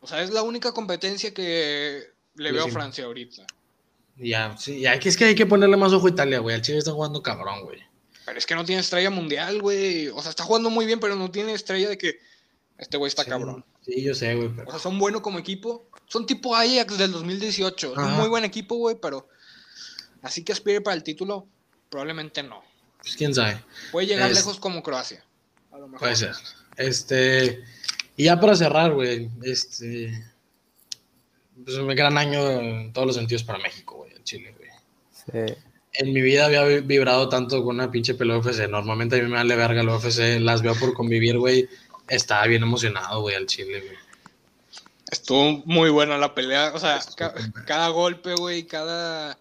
S1: O sea, es la única competencia que le veo a
S3: Sí.
S1: Francia ahorita.
S3: Ya, sí, ya, que es que hay que ponerle más ojo a Italia, güey. Al Chile están jugando cabrón, güey.
S1: Pero es que no tiene estrella mundial, güey. O sea, está jugando muy bien, pero no tiene estrella de que este güey está
S3: Sí,
S1: cabrón.
S3: Sí, yo sé, güey, pero.
S1: O sea, son buenos como equipo. Son tipo Ajax del 2018. Son
S3: Ajá.
S1: muy buen equipo, güey, pero así que aspire para el título, probablemente no.
S3: Pues quién sabe,
S1: Puede llegar
S3: Es-
S1: lejos como Croacia. A lo mejor.
S3: puede ser. Este, y ya para cerrar, güey, este, pues un gran año en todos los sentidos para México, güey, en Chile, güey.
S2: Sí.
S3: En mi vida había vi- vibrado tanto con una pinche pelea de UFC. Normalmente a mí me vale verga la UFC, las veo por convivir, güey. Estaba bien emocionado, güey, al Chile, güey.
S1: Estuvo muy buena la pelea. O sea, ca- cada golpe, güey, cada,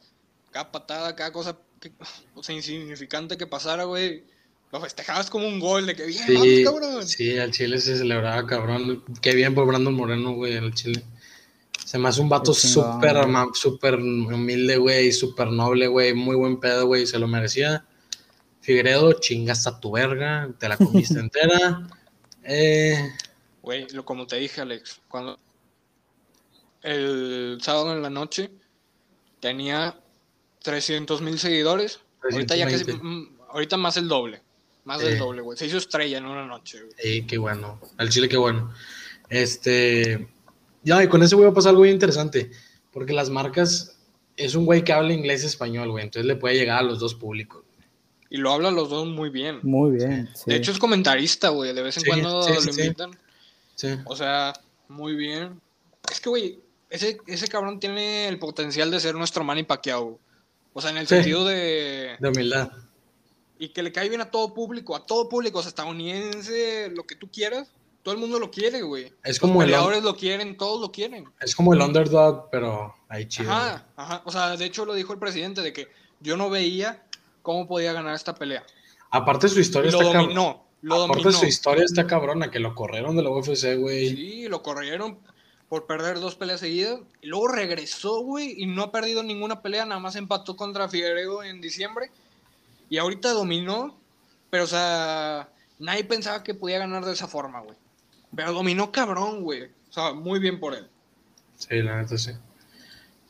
S1: cada patada, cada cosa que- o sea, insignificante que pasara, güey, lo festejabas como un gol de que bien,
S3: Sí,
S1: vamos, Ah, pues, cabrón.
S3: sí, al Chile se celebraba, cabrón. Qué bien por Brandon Moreno, güey, al Chile. Se me hace un vato
S2: Qué chingón,
S3: súper
S2: güey.
S3: ama- súper humilde, güey, súper noble, güey, muy buen pedo, güey, se lo merecía. Figueredo, chingas a tu verga, te la comiste entera. Eh,
S1: Güey, lo como te dije, Alex, cuando el sábado en la noche tenía 300 mil seguidores. Ahorita ya casi,
S3: 320.
S1: mm, ahorita más el doble. Más
S3: Eh.
S1: del doble, güey. Se hizo estrella en una noche, güey.
S3: eh, qué bueno, al chile qué bueno. Este, ya, y con ese güey va a pasar algo bien interesante, porque las marcas, es un güey que habla inglés y español, güey, entonces le puede llegar a los dos públicos.
S1: Y lo hablan los dos muy bien.
S2: Muy bien. sí.
S1: De hecho, es comentarista, güey. De vez en
S3: Sí,
S1: cuando
S3: sí, sí,
S1: lo
S3: sí.
S1: invitan.
S3: Sí.
S1: O sea, muy bien. Es que, güey, ese, ese cabrón tiene el potencial de ser nuestro Manny Pacquiao. güey. O sea, en el
S3: Sí.
S1: sentido de...
S3: De humildad.
S1: Y que le cae bien a todo público, a todo público, o sea, estadounidense, lo que tú quieras. Todo el mundo lo quiere, güey.
S3: Es como el,
S1: Peleadores lo quieren, todos lo quieren.
S3: es como el underdog, pero ahí chido. güey.
S1: Ajá, ajá. O sea, de hecho lo dijo el presidente de que yo no veía cómo podía ganar esta pelea.
S3: Aparte su historia
S1: Y lo
S3: está este cabrón.
S1: dominó, lo
S3: Aparte
S1: dominó.
S3: su historia está cabrona, que lo corrieron de la UFC, güey.
S1: Sí, lo corrieron por perder dos peleas seguidas. Y luego regresó, güey, y no ha perdido ninguna pelea. Nada más empató contra Figueredo en diciembre. Y ahorita dominó. Pero, o sea, nadie pensaba que podía ganar de esa forma, güey. Pero dominó cabrón, güey. O sea, muy bien por él.
S3: Sí, la neta sí.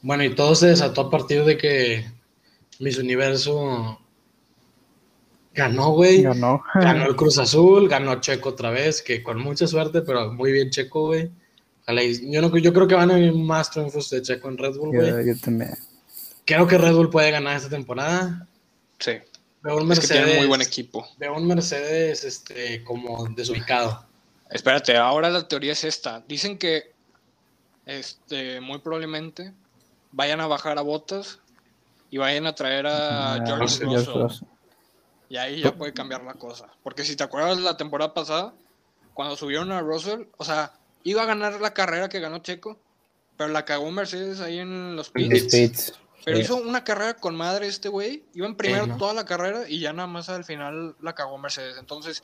S3: Bueno, y todo se desató a partir de que Miss Universo ganó, güey.
S2: Yo no.
S3: Ganó el Cruz Azul, ganó Checo otra vez, que con mucha suerte, pero muy bien Checo, güey. Ojalá y- Yo, no, yo creo que van a venir más triunfos de Checo en Red Bull,
S2: Yo,
S3: güey.
S2: yo también.
S3: Creo que Red Bull puede ganar esta temporada.
S1: Sí.
S3: Veo un
S1: Es que
S3: Mercedes,
S1: tiene muy buen equipo.
S3: veo un Mercedes este, como desubicado.
S1: Espérate, ahora la teoría es esta. Dicen que este muy probablemente vayan a bajar a botas y vayan a traer a
S2: Ah,
S1: George
S2: George
S1: Russell.
S2: Russell.
S1: Y ahí
S2: Pues,
S1: ya puede cambiar la cosa. Porque si te acuerdas la temporada pasada, cuando subieron a Russell, o sea, iba a ganar la carrera que ganó Checo, pero la cagó Mercedes ahí en los
S3: En
S2: Los
S1: pits.
S2: Pits.
S1: Pero
S2: Sí.
S1: hizo una carrera con madre este güey. Iban primero
S3: ¿no?
S1: toda la carrera y ya nada más al final la cagó Mercedes. Entonces,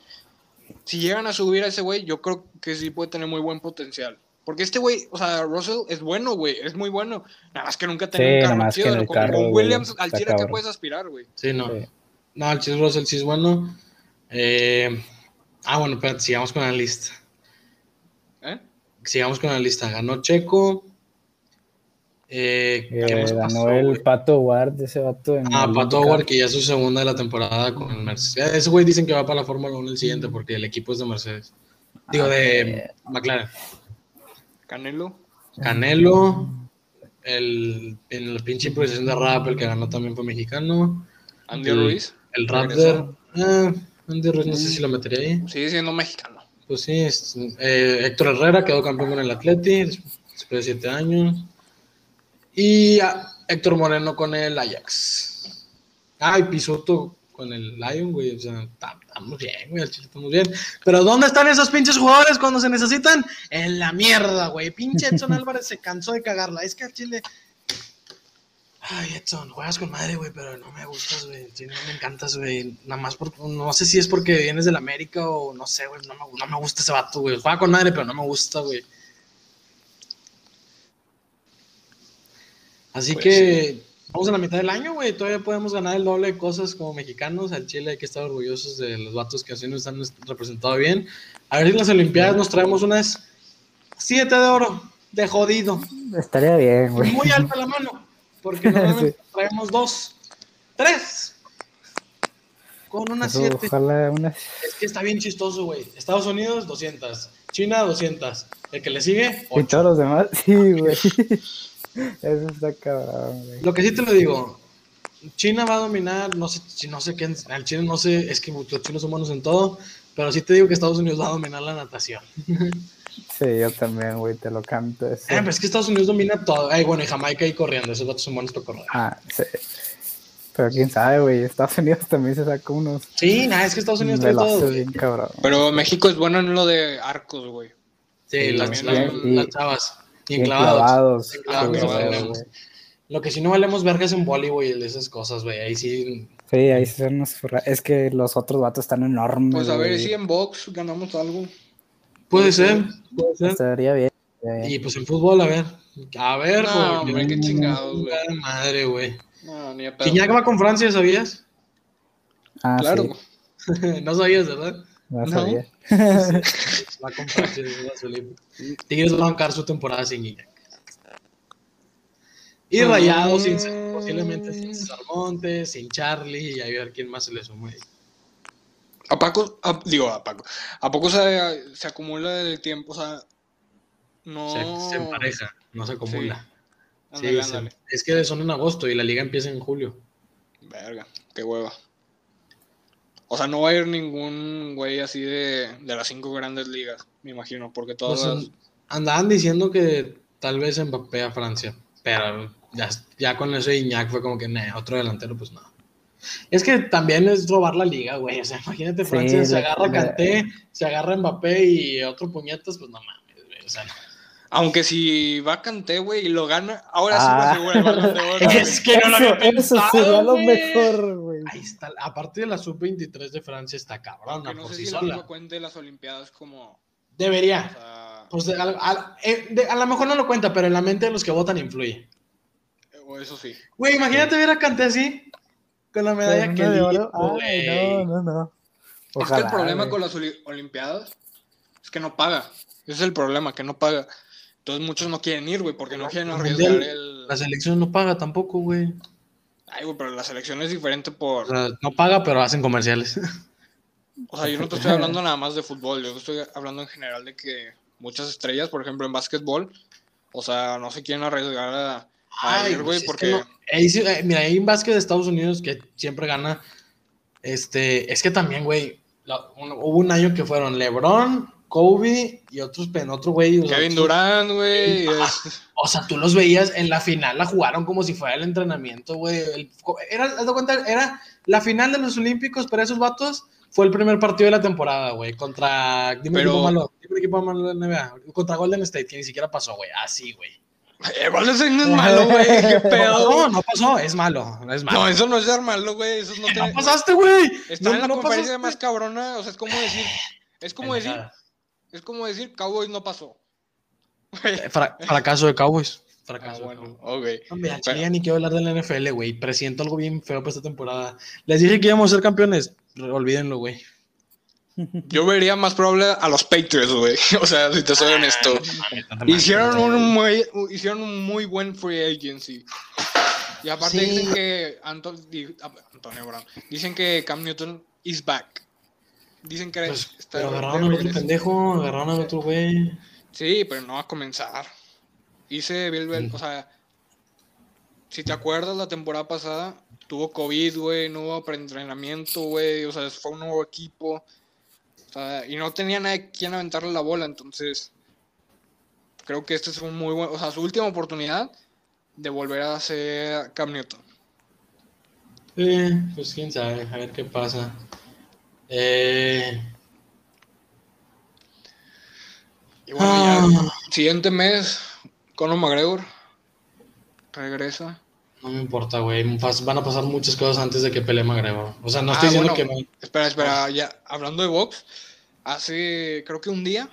S1: si llegan a subir a ese güey, yo creo que sí puede tener muy buen potencial. Porque este güey, o sea, Russell es bueno, güey, es muy bueno. Nada más que nunca
S2: Sí,
S1: tenía
S2: nada
S1: un carro
S2: más que en
S1: chido.
S2: el
S1: Como
S2: carro,
S1: con
S2: güey,
S1: Williams, al
S2: está
S1: chile que
S2: cabrón.
S1: puedes aspirar, güey.
S3: Sí, no.
S2: Sí.
S3: No, el Chis Russell sí es bueno. Eh, ah, bueno, espérate, sigamos con la lista.
S1: ¿Eh?
S3: Sigamos con la lista. Ganó Checo. Eh, ¿qué
S2: Eh,
S3: más pasó,
S2: ganó el
S3: güey?
S2: Pato Ward, ese vato. en
S3: Ah,
S2: el
S3: Pato
S2: IndyCar.
S3: Howard, que ya es su segunda de la temporada con Mercedes. Ese güey dicen que va para la Fórmula 1 el siguiente porque el equipo es de Mercedes. Digo,
S2: Ah,
S3: de
S2: eh.
S3: McLaren.
S1: Canelo.
S3: Canelo. El, en la pinche improvisación de rap, el que ganó también fue mexicano.
S1: Andy
S3: Y-
S1: Ruiz.
S3: El
S1: Regresó.
S3: Raptor. Ah, Andy Ruiz, no sé si lo metería ahí.
S1: Sigue siendo mexicano.
S3: Pues sí, es- eh, Héctor Herrera quedó campeón con el Atleti después de siete años. Y ah, Héctor Moreno con el Ajax. Ah, y Pisuto con el Lion, güey. O sea, ta- estamos bien, güey, al chile estamos bien. Pero ¿dónde están esos pinches jugadores cuando se necesitan? En la mierda, güey. Pinche Edson Álvarez se cansó de cagarla. Es que al chile. Ay, Edson, juegas con madre, güey, pero no me gustas, güey. Sí, no me encantas, güey. Nada más porque. No sé si es porque vienes del América o no sé, güey. No me, no me gusta ese vato, güey. Juega con madre, pero no me gusta, güey. Así
S1: Pues
S3: que. Vamos a la mitad del año, güey. Todavía podemos ganar el doble de cosas como mexicanos. Al Chile hay que estar orgullosos de los vatos que así nos han representado bien. A ver si en las Olimpiadas nos traemos unas siete de oro de jodido.
S2: Estaría bien, güey.
S3: Muy alta la mano, porque normalmente traemos dos, tres, con una
S2: Eso,
S3: siete.
S2: ojalá unas.
S3: Es que está bien chistoso, güey. Estados Unidos, 200. China, 200. El que le sigue,
S2: Y
S3: 8.
S2: todos los demás, sí, güey. Eso está cabrón, güey.
S3: Lo que sí te lo digo, China va a dominar, no sé, si no sé qué, al China no sé, es que los chinos son buenos en todo, pero sí te digo que Estados Unidos va a dominar la natación.
S2: Sí, yo también, güey, te lo canto. eso.
S3: Eh, pero es que Estados Unidos domina todo. Ay, bueno, y Jamaica ahí corriendo, esos vatos son buenos para correr.
S2: Ah, sí. Pero quién sabe, güey. Estados Unidos también se sacó unos.
S3: Sí, nada, es que Estados Unidos trae todo.
S2: velazos
S3: güey.
S2: bien cabrón.
S1: Pero México es bueno en lo de arcos, güey.
S3: Sí,
S2: Sí,
S3: las,
S1: bien,
S3: las-
S2: y-
S3: las chavas. Y
S2: Bien
S3: enclavados.
S2: clavados. sí,
S3: Enclavados,
S2: güey,
S1: enclavados.
S2: güey.
S3: Lo que sí no valemos vergas en voleibol y esas cosas, güey. Ahí sí.
S2: Sí, ahí se hacen unos furra- Es que los otros vatos están enormes.
S1: Pues a ver
S2: güey.
S1: si en box ganamos algo.
S3: Puede ser. Puede ser.
S2: Estaría Pues, bien. güey. Eh,
S3: Y pues en fútbol, a ver. A ver,
S1: No,
S3: güey.
S1: hombre, qué chingados, güey.
S3: Chingada Madre, güey.
S1: No, ni a pedo.
S3: Guiñac va con Francia, ¿sabías?
S2: ah,
S1: Claro.
S2: sí,
S3: no sabías, ¿verdad?
S2: no
S1: No.
S2: sabía.
S3: Va con Francia, dice la Zulip. Tigres va a bancar su temporada sin Guiñac. Y
S1: Mm.
S3: rayados, sin, Sa- posiblemente sin César Montes, sin Charlie, y a ver quién más se le suma. ahí.
S1: ¿A Paco? a- digo, a Paco. ¿A poco se, se acumula el tiempo? O sea, no.
S3: Se, se empareja, no se acumula. Ah, Sí,
S1: Ándale,
S3: se-
S1: ándale.
S3: es que son en agosto y la liga empieza en julio.
S1: Verga, qué hueva. O sea, no va a ir ningún güey así de, de las cinco grandes ligas, me imagino, porque todas.
S3: Pues, an- andaban diciendo que tal vez Mbappé a Francia, pero ya, ya con eso Iñak fue como que, nah, otro delantero, pues no. Es que también es robar la liga, güey. O sea, imagínate
S2: Sí,
S3: Francia, se
S2: la-
S3: agarra
S2: la-
S3: Canté, se agarra Mbappé y otro puñetas, pues no mames, güey. O sea, no.
S1: Aunque si va Canté, güey, y lo gana, ahora sí
S2: Ah.
S1: me asegura el balón de oro. güey.
S3: es que no lo había
S2: eso
S3: pensado,
S2: sería lo
S3: güey.
S2: mejor, güey.
S3: Ahí está, aparte de la sub-23 de Francia está cabrona
S1: Que no pues
S3: por
S1: sé
S3: sí
S1: si la
S3: sola.
S1: FIFA cuente las Olimpiadas como. O
S3: Debería.
S1: sea,
S3: Pues de- al- al- eh, de- a lo mejor no lo cuenta, pero en la mente de los que votan influye.
S1: o eso sí.
S3: Güey, imagínate ver a Kanté así, con la medalla que
S2: Una de
S3: dio,
S2: oro, ay,
S3: güey.
S2: no, no, no.
S1: es que el problema
S2: ah, güey.
S1: con las oli- Olimpiadas es que no paga. Ese es el problema, que no paga. Entonces muchos no quieren ir, güey, porque no quieren arriesgar
S3: Mundial.
S1: el.
S3: La selección no paga tampoco, güey.
S1: Ay, güey, pero la selección es diferente
S3: O
S1: por.
S3: sea, no paga, pero hacen comerciales.
S1: O sea, yo no te estoy hablando nada más de fútbol, yo te estoy hablando en general de que muchas estrellas, por ejemplo, en básquetbol, o sea, no se quieren arriesgar a, a ir, güey,
S3: pues, es
S1: porque
S3: que no- ahí sí, eh, mira, ahí en básquet de Estados Unidos, que siempre gana, este, es que también, güey, la- un- hubo un año que fueron LeBron, Kobe y otros, pen- otro güey. o sea,
S1: Kevin
S3: tú-
S1: Durant, güey,
S3: Ajá.
S1: es-
S3: O sea, tú los veías en la final, la jugaron como si fuera el entrenamiento, güey. El- Era, haz de cuenta, era la final de los Olímpicos, pero esos vatos fue el primer partido de la temporada, güey. Contra. Dime
S1: Pero-
S3: un equipo malo. Dime un equipo malo de la NBA. Contra Golden State, que ni siquiera pasó, güey. Así, güey.
S1: Evaluación es malo, güey, qué pedo.
S3: No, no pasó. Es malo. No es malo.
S1: No, eso no es ser malo, güey, eso no
S3: Que
S1: te...
S3: No, pasaste, güey.
S1: Estar
S3: No-
S1: en la
S3: no
S1: conferencia
S3: pasaste.
S1: más cabrona, o sea, es como decir, es como decir,
S3: Pendejada.
S1: es como decir, Cowboys no pasó. Güey.
S3: Eh, fra- fracaso de Cowboys.
S1: Ah,
S3: Fracaso de Cowboys.
S1: bueno, ok.
S3: No, mira, al
S1: Pero-
S3: chile ya ni quiero hablar de la NFL, güey. Presiento algo bien feo para esta temporada. Les dije que íbamos a ser campeones. Olvídenlo, güey.
S1: Yo vería más probable a los Patriots, güey, o sea, si te soy
S3: Ah,
S1: honesto. Hicieron
S3: Pues,
S1: un muy, hicieron un muy buen free agency. Y aparte
S3: Sí.
S1: dicen que Anto- di- a- Antonio Brown. Dicen que Cam Newton is back. Dicen que
S3: Pues,
S1: está
S3: pero
S1: de
S3: agarraron al otro
S1: regreso.
S3: pendejo, agarraron al otro güey.
S1: Sí, pero no va a comenzar. Hice Bill Bel-
S3: Mm.
S1: o sea, si te acuerdas la temporada pasada, tuvo COVID, güey, no hubo preentrenamiento, güey, o sea, fue un nuevo equipo. O sea, y no tenía nadie quien aventarle la bola, entonces creo que este es un muy buen, o sea, su última oportunidad de volver a ser Cam Newton.
S3: Eh, pues quién sabe, a ver qué pasa. Eh,
S1: Y bueno,
S3: ah,
S1: ya siguiente mes Conor McGregor regresa.
S3: no me importa, güey. pas- Van a pasar muchas cosas antes de que pelee McGregor. O sea, no estoy
S1: Ah,
S3: diciendo
S1: bueno.
S3: que
S1: Espera, espera, ya hablando de box, hace creo que un día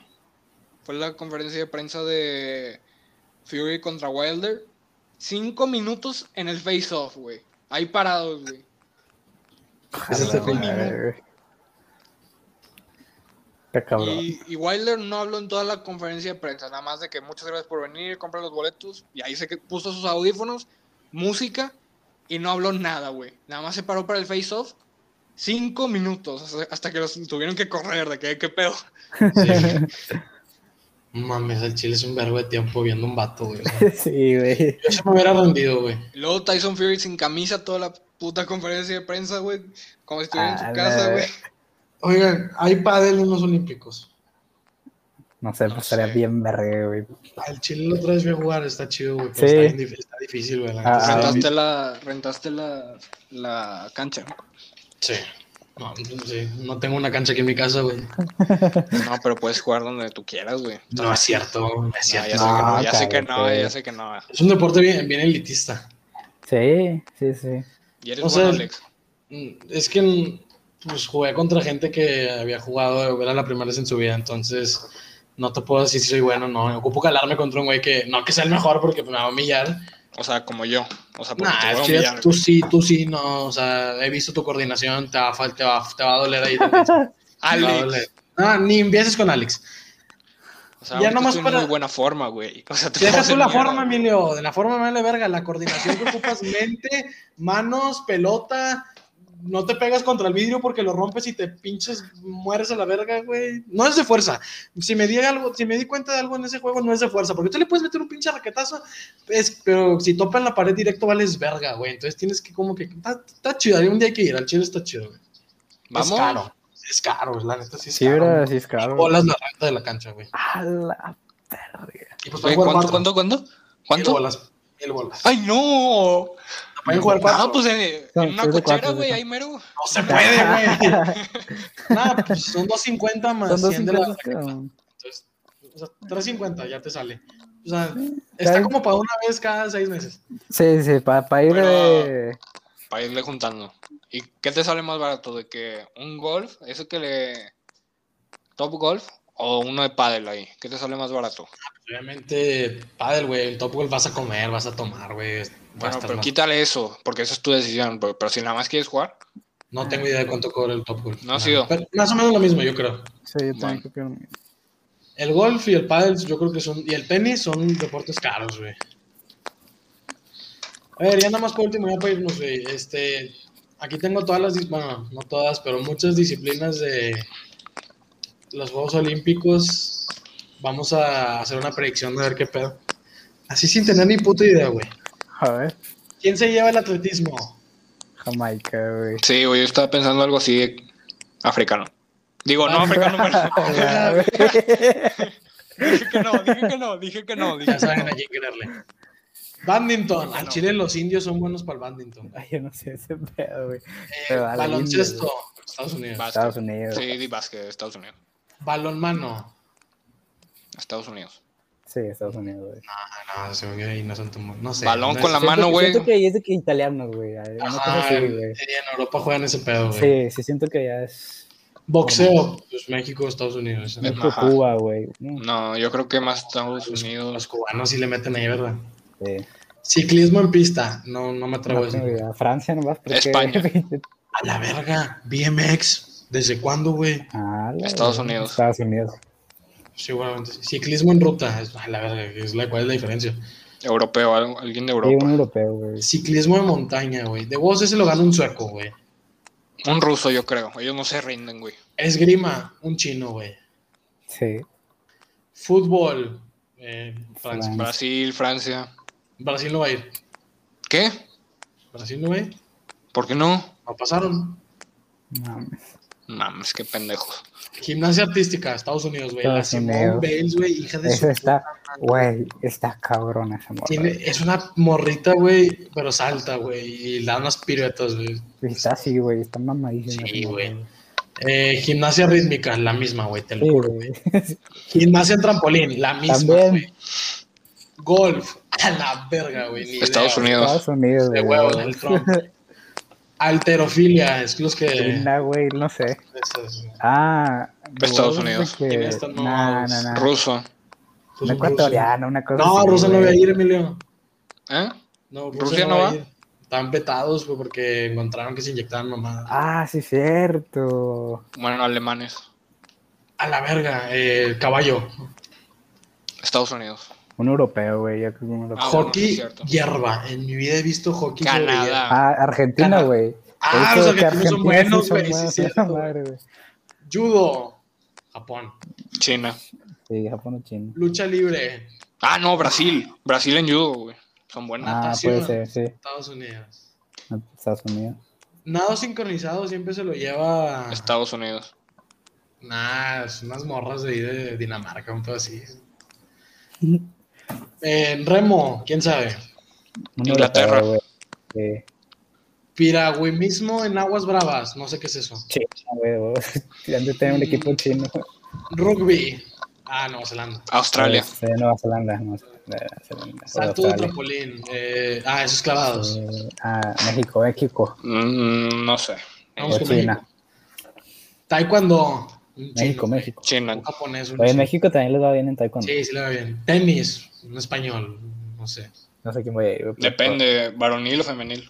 S1: fue la conferencia de prensa de Fury contra Wilder. Cinco minutos en el face-off, güey. Ahí parados, güey.
S2: Ojalá,
S1: Ese es el
S2: madre,
S1: mínimo.
S2: güey. Está cabrón.
S1: Y, y Wilder no habló en toda la conferencia de prensa, nada más de que muchas gracias por venir, compra los boletos. Y ahí se que- puso sus audífonos, música, y no habló nada, güey. Nada más se paró para el face-off. Cinco minutos, hasta- hasta que los tuvieron que correr, de que qué pedo.
S3: Sí. Mames, el chile es un vergo de tiempo viendo un vato, güey. o sea,
S2: Sí, güey.
S3: yo se me hubiera rendido, güey.
S1: Luego Tyson Fury sin camisa toda la puta conferencia de prensa, güey. Como si estuviera en
S2: Ah,
S1: su casa,
S2: la-
S1: güey.
S3: Oigan, hay pádel en los Olímpicos.
S2: No sé,
S1: No
S2: pues estaría
S1: sé.
S2: bien verga, güey.
S3: Al Ah, chile la otra vez voy a jugar, está chido, güey.
S2: Sí.
S3: pero Está, bien dif- está difícil, güey. la neta,
S2: Ah,
S3: está bien
S1: Rentaste la, rentaste la, la cancha.
S3: Sí. No, sí, no tengo una cancha aquí en mi casa, güey.
S1: No, pero puedes jugar donde tú quieras, güey.
S3: No es cierto, no es
S1: No, ya sé
S3: cierto.
S1: que no,
S2: No,
S1: ya sé que no,
S2: cállate.
S1: ya sé que no.
S3: Es un deporte bien, bien elitista.
S2: Sí, sí, sí.
S1: Y eres bueno,
S3: O sea-
S1: Alex.
S3: Mm, Es que mm, pues, jugué contra gente que había jugado, era la primera vez en su vida, entonces no te puedo decir si soy bueno o no. Ocupo calarme contra un güey que no que sea el mejor porque me va a humillar.
S1: O sea, como yo. O sea, Ah, porque
S3: Nah,
S1: te
S3: es
S1: voy a
S3: que
S1: humillar,
S3: tú
S1: güey.
S3: sí, tú sí, no. O sea, he visto tu coordinación, te va, a fal- te va, te va a doler ahí. tantito, te va a doler.
S1: Alex.
S3: No, ni empieces con Alex.
S1: O sea,
S3: Ya
S1: ahorita
S3: nomás
S1: estoy en
S3: para-
S1: muy buena forma, güey. O sea, te
S3: Deja
S1: vas
S3: tú
S1: de
S3: la
S1: mierda,
S3: forma,
S1: güey.
S3: Emilio.
S4: De la forma me vale verga, la coordinación que ocupas mente, manos, pelota. No te pegas contra el vidrio porque lo rompes y te pinches, mueres a la verga, güey. No es de fuerza. Si me di algo, si me di cuenta de algo en ese juego, no es de fuerza. Porque tú le puedes meter un pinche raquetazo, es- pero si topa en la pared directo, vales verga, güey. Entonces tienes que como que. Está, está chido, algún día hay que ir. Al chile está chido, güey.
S1: Vamos.
S4: Es caro. Es caro, la neta sí es
S2: Sí,
S4: caro.
S2: ¿verdad? Sí, es caro.
S4: Bolas la renta de la cancha, güey.
S2: A la verga.
S4: Y pues para
S1: Güey,
S4: jugar
S1: ¿cuánto,
S4: cuatro,
S1: ¿Cuánto? ¿Cuánto?
S4: Mil
S1: ¿Cuánto?
S4: bolas. Mil bolas.
S1: ¡Ay, no!
S4: Pueden jugar cuatro.
S1: Ah, pues en,
S2: No,
S1: en una
S2: es de
S1: cochera,
S2: cuatro,
S1: güey,
S2: es de
S1: ahí mero.
S4: No se puede, güey. Nada, pues son 250 más
S2: Son dos
S4: 100 de la
S2: cincuentas,
S4: tarjeta.
S2: cabrón.
S4: Entonces, o sea, 350 ya te sale. O sea,
S2: está
S4: está
S2: bien.
S4: como para una vez cada seis meses.
S2: Sí, sí, para ir
S1: Pero-
S2: de.
S1: Para irle juntando. ¿Y qué te sale más barato? ¿De que un golf? ¿Eso que le. Top golf? ¿O uno de pádel ahí? ¿Qué te sale más barato?
S3: Obviamente, padre, güey, el top golf vas a comer, vas a tomar, güey.
S1: Bueno,
S3: gastas
S1: pero
S3: más.
S1: quítale eso, porque esa es tu decisión. Pero, pero si nada más quieres jugar,
S3: No tengo idea de cuánto cobra el top golf.
S1: No ha
S3: Nada.
S1: sido.
S3: Pero más o menos lo mismo, yo creo.
S2: Sí, yo también
S1: Bueno.
S2: creo que era lo mismo.
S3: El golf y el pádel, yo creo que son. Y el tenis son deportes caros, güey. A ver, ya nada más por último, ya para irnos, güey. Este. Aquí tengo todas las. dis- Bueno, no todas, pero muchas disciplinas de los Juegos Olímpicos. Vamos a hacer una predicción de ver qué pedo. Así sin tener ni puta idea, güey.
S2: A ver,
S3: ¿Quién se lleva el atletismo?
S2: Jamaica, güey.
S1: sí, güey, yo estaba pensando algo así de- africano. Digo, no africano, pero.
S2: Ya, güey.
S1: dije que no, dije que no, dije que no. Dije
S3: Ya
S1: que
S3: saben
S1: no.
S3: a quién creerle. Badminton. Al
S1: No.
S3: Chile los indios son buenos para el badminton.
S2: Ay, yo no sé ese pedo, güey.
S3: Eh,
S2: Pero a la
S3: baloncesto.
S2: India,
S3: Estados Unidos.
S1: Básquet.
S2: Estados Unidos.
S1: Sí, di básquet, Estados Unidos.
S3: Balonmano.
S1: Estados Unidos.
S2: Sí, Estados Unidos, güey.
S3: Ah, no, se me olvidó ahí, no son tan buenos. No sé.
S1: Balón
S3: no
S1: con
S3: es-
S1: la
S2: Siento
S1: mano,
S2: que-
S1: güey. Ah,
S2: Siento que es de que italianos, güey. Una cosa
S3: Ajá,
S2: así,
S3: en,
S2: güey.
S3: en Europa juegan ese pedo, güey.
S2: Sí, sí, siento que ya es.
S3: Boxeo. Pues México, Estados Unidos.
S1: Ajá.
S2: México, Cuba, güey. Mm,
S1: No, yo creo que más Estados
S3: Los, los
S1: Unidos.
S3: cubanos sí le meten ahí, ¿verdad?
S2: Sí.
S3: Ciclismo en pista. No, no me atrevo
S2: No
S3: a
S2: tengo
S3: decir.
S2: idea. Francia nomás. Porque...
S1: España.
S3: A la verga. BMX. ¿Desde cuándo, güey?
S2: Ah, la
S1: Estados
S2: verga.
S1: Unidos.
S2: Estados Unidos.
S3: Seguramente. Ciclismo en ruta. Es- A la verga. es la- ¿Cuál es la diferencia?
S1: Europeo, algo- alguien de
S2: Sí,
S1: Europa.
S2: un europeo, güey.
S3: Ciclismo de montaña, güey. De vos ese lo gana un sueco, güey.
S1: Un ruso, yo creo. Ellos no se rinden, güey.
S3: Esgrima. Un chino, güey.
S2: Sí.
S3: Fútbol. eh, Francia.
S2: Fran-
S1: Brasil, Francia.
S3: Brasil no va a ir.
S1: ¿Qué?
S3: Brasil no va a ir.
S1: ¿Por qué no?
S3: No pasaron.
S2: Mames.
S1: Mames, qué pendejos.
S3: Gimnasia artística, Estados Unidos, güey. La
S2: Estados
S3: Simone
S2: Unidos.
S3: Bales, güey, hija de su
S2: Esa está,
S3: puta madre.
S2: güey, está cabrona esa morra.
S3: Tiene- es una morrita, güey, pero salta, güey. Y da unas piruetas, güey.
S2: güey. Está así, güey, está mamadísima.
S3: Sí,
S2: esa morra,
S3: güey. Eh, gimnasia rítmica, la misma, güey, te lo
S2: Sí,
S3: juro.
S2: güey.
S3: Gimnasia en trampolín, la misma,
S2: También.
S3: güey. Golf, a la verga, güey. ni idea,
S1: Estados
S3: güey.
S1: Unidos.
S2: Estados Unidos,
S3: De
S2: güey.
S3: huevo, el Trump. Alterofilia, es los que.
S2: Linda, güey, no sé.
S3: Esas,
S2: Ah,
S1: Estados
S2: güey,
S1: Unidos.
S2: que-
S3: ¿Quiénes están
S2: Nah, nah,
S3: mamados?
S2: nah.
S1: Ruso.
S3: pues,
S2: Un
S3: un ruso.
S2: ecuatoriano, una cosa
S3: No,
S2: así,
S3: Rusia no
S2: güey.
S3: va a ir, Emilio.
S1: ¿Eh?
S3: No, Rusia,
S1: ¿Rusia
S3: no
S1: no
S3: va. a
S1: va?
S3: ir. Están vetados güey, porque encontraron que se inyectaban mamadas.
S2: Ah, sí, cierto.
S1: Bueno, alemanes.
S3: A la verga, eh, el caballo.
S1: Estados Unidos.
S2: Un europeo, güey, yo creo que un europeo.
S1: Ah, bueno, sí,
S3: hockey,
S1: cierto.
S3: hierba. En mi vida he visto hockey. sobre hierba.
S1: Canadá.
S2: Ah, Argentina,
S3: Cana-
S2: güey.
S3: Ah,
S2: Eso
S3: los
S2: que
S3: argentinos son
S2: Argentina sí
S3: buenos,
S2: son
S3: güey. Sí,
S2: buenos,
S3: sí,
S2: esa madre, güey.
S3: Judo. Japón.
S1: China.
S2: Sí, Japón o China.
S3: Lucha libre.
S1: Ah, no, Brasil. Brasil en judo, güey. Son buenos.
S2: Ah,
S3: natación.
S2: puede ser, sí.
S3: Estados Unidos.
S2: Estados Unidos.
S3: Nado sincronizado siempre se lo lleva.
S1: Estados Unidos.
S3: Nah, es unas morras de ahí de Dinamarca, un pedo así. En remo, quién sabe.
S2: Un
S1: Inglaterra.
S2: europeo, güey. Sí.
S3: Piragüimismo en aguas bravas. No sé qué es eso.
S2: China, güey. güey. Han de
S3: Mm,
S2: tener un equipo chino.
S3: Rugby. Ah, Nueva Zelanda.
S1: Australia.
S2: Sí, Nueva Zelanda. Nueva Zelanda.
S3: Salto de
S2: Australia.
S3: trampolín. Eh, ah, esos clavados.
S2: Eh, ah, México, México.
S1: Mm, no sé.
S3: Vamos
S2: O
S3: con
S2: China.
S3: México. Taekwondo. Un
S2: México,
S3: chino,
S2: México.
S1: China.
S3: Un japonés, un
S2: Oye,
S3: chino.
S2: México también les va bien en taekwondo.
S3: Sí, sí le va bien. Tenis, un español, no sé.
S2: No sé quién voy a ir. güey, pero-
S1: Depende, varonil o femenil.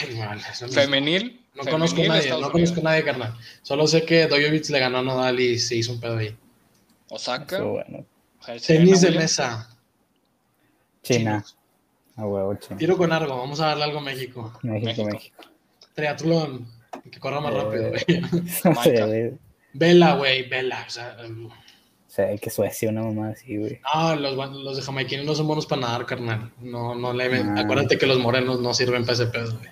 S3: Ay, man, es lo mismo.
S1: Femenil.
S3: No conozco a
S1: femenil,
S3: nadie,
S1: Estados
S3: no
S1: Unidos.
S3: conozco a nadie, carnal. Solo sé que Dojovic le ganó a Nodal y se hizo un pedo ahí.
S1: Osaka.
S2: Estuvo bueno.
S1: Serena
S3: Tenis de
S1: Williams.
S3: mesa,
S2: China. A huevo, China.
S3: tiro con arco, vamos a darle algo a México.
S2: México,
S1: México.
S2: México.
S3: Triatlón, que corra más
S2: Eh,
S3: rápido, güey.
S2: No sé, güey.
S3: Vela, güey, vela. O sea, um,
S2: O sea, que Suecia, una mamá así, güey.
S3: no, los, guan- los de jamaiquinos no son buenos para nadar, carnal. No, no le
S2: Ah.
S3: Acuérdate que los morenos no sirven para ese pedo, güey.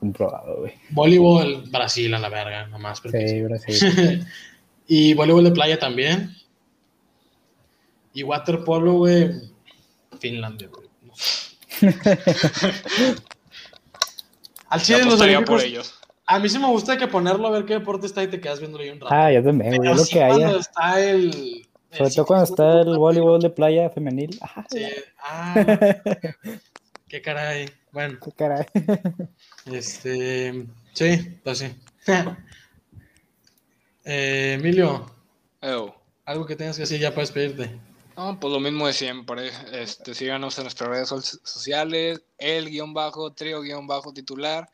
S2: Comprobado, güey.
S3: Voleibol, Brasil a la verga, nomás. Porque
S2: Sí, Brasil.
S3: Y voleibol de playa también. Y waterpolo, güey. Finlandia, güey. Al
S1: Yo
S3: chile los
S1: apostaría por
S3: olímpicos.
S1: ellos.
S3: A mí sí me gusta que ponerlo a ver qué deporte está y te quedas viéndolo ahí un rato.
S2: Ah, yo también, güey.
S3: Pero
S2: Yo lo
S3: sí
S2: que
S3: cuando
S2: haya.
S3: está el.
S2: Sobre
S3: el
S2: todo cuando
S3: ciclismo,
S2: está el voleibol de playa femenil. Ah,
S3: sí. Ah, qué caray. Bueno,
S2: qué caray.
S3: este. Sí, pues sí. Eh, Emilio,
S1: Ew.
S3: algo que tengas que decir ya para despedirte.
S1: No, pues lo mismo de siempre. Este, síganos en nuestras redes so- sociales, el guión bajo, trío guión bajo titular.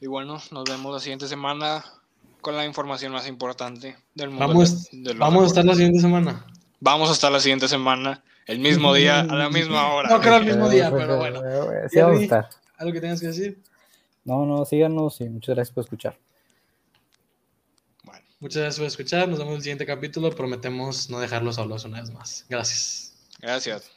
S1: Y bueno, nos vemos la siguiente semana con la información más importante del mundo.
S3: Vamos,
S1: de- de los
S3: vamos a estar
S1: deportes.
S3: la siguiente semana.
S1: Vamos a estar la siguiente semana, el mismo día, a la misma hora.
S3: No creo el mismo día, pero bueno.
S2: pues, Sí, vamos a
S3: Jerry.
S2: estar.
S3: ¿Algo que tengas que decir?
S2: No, no, síganos y muchas gracias por escuchar.
S1: Bueno,
S3: Muchas gracias por escuchar. Nos vemos en el siguiente capítulo. Prometemos no dejarlos solos una vez más. Gracias.
S1: gracias.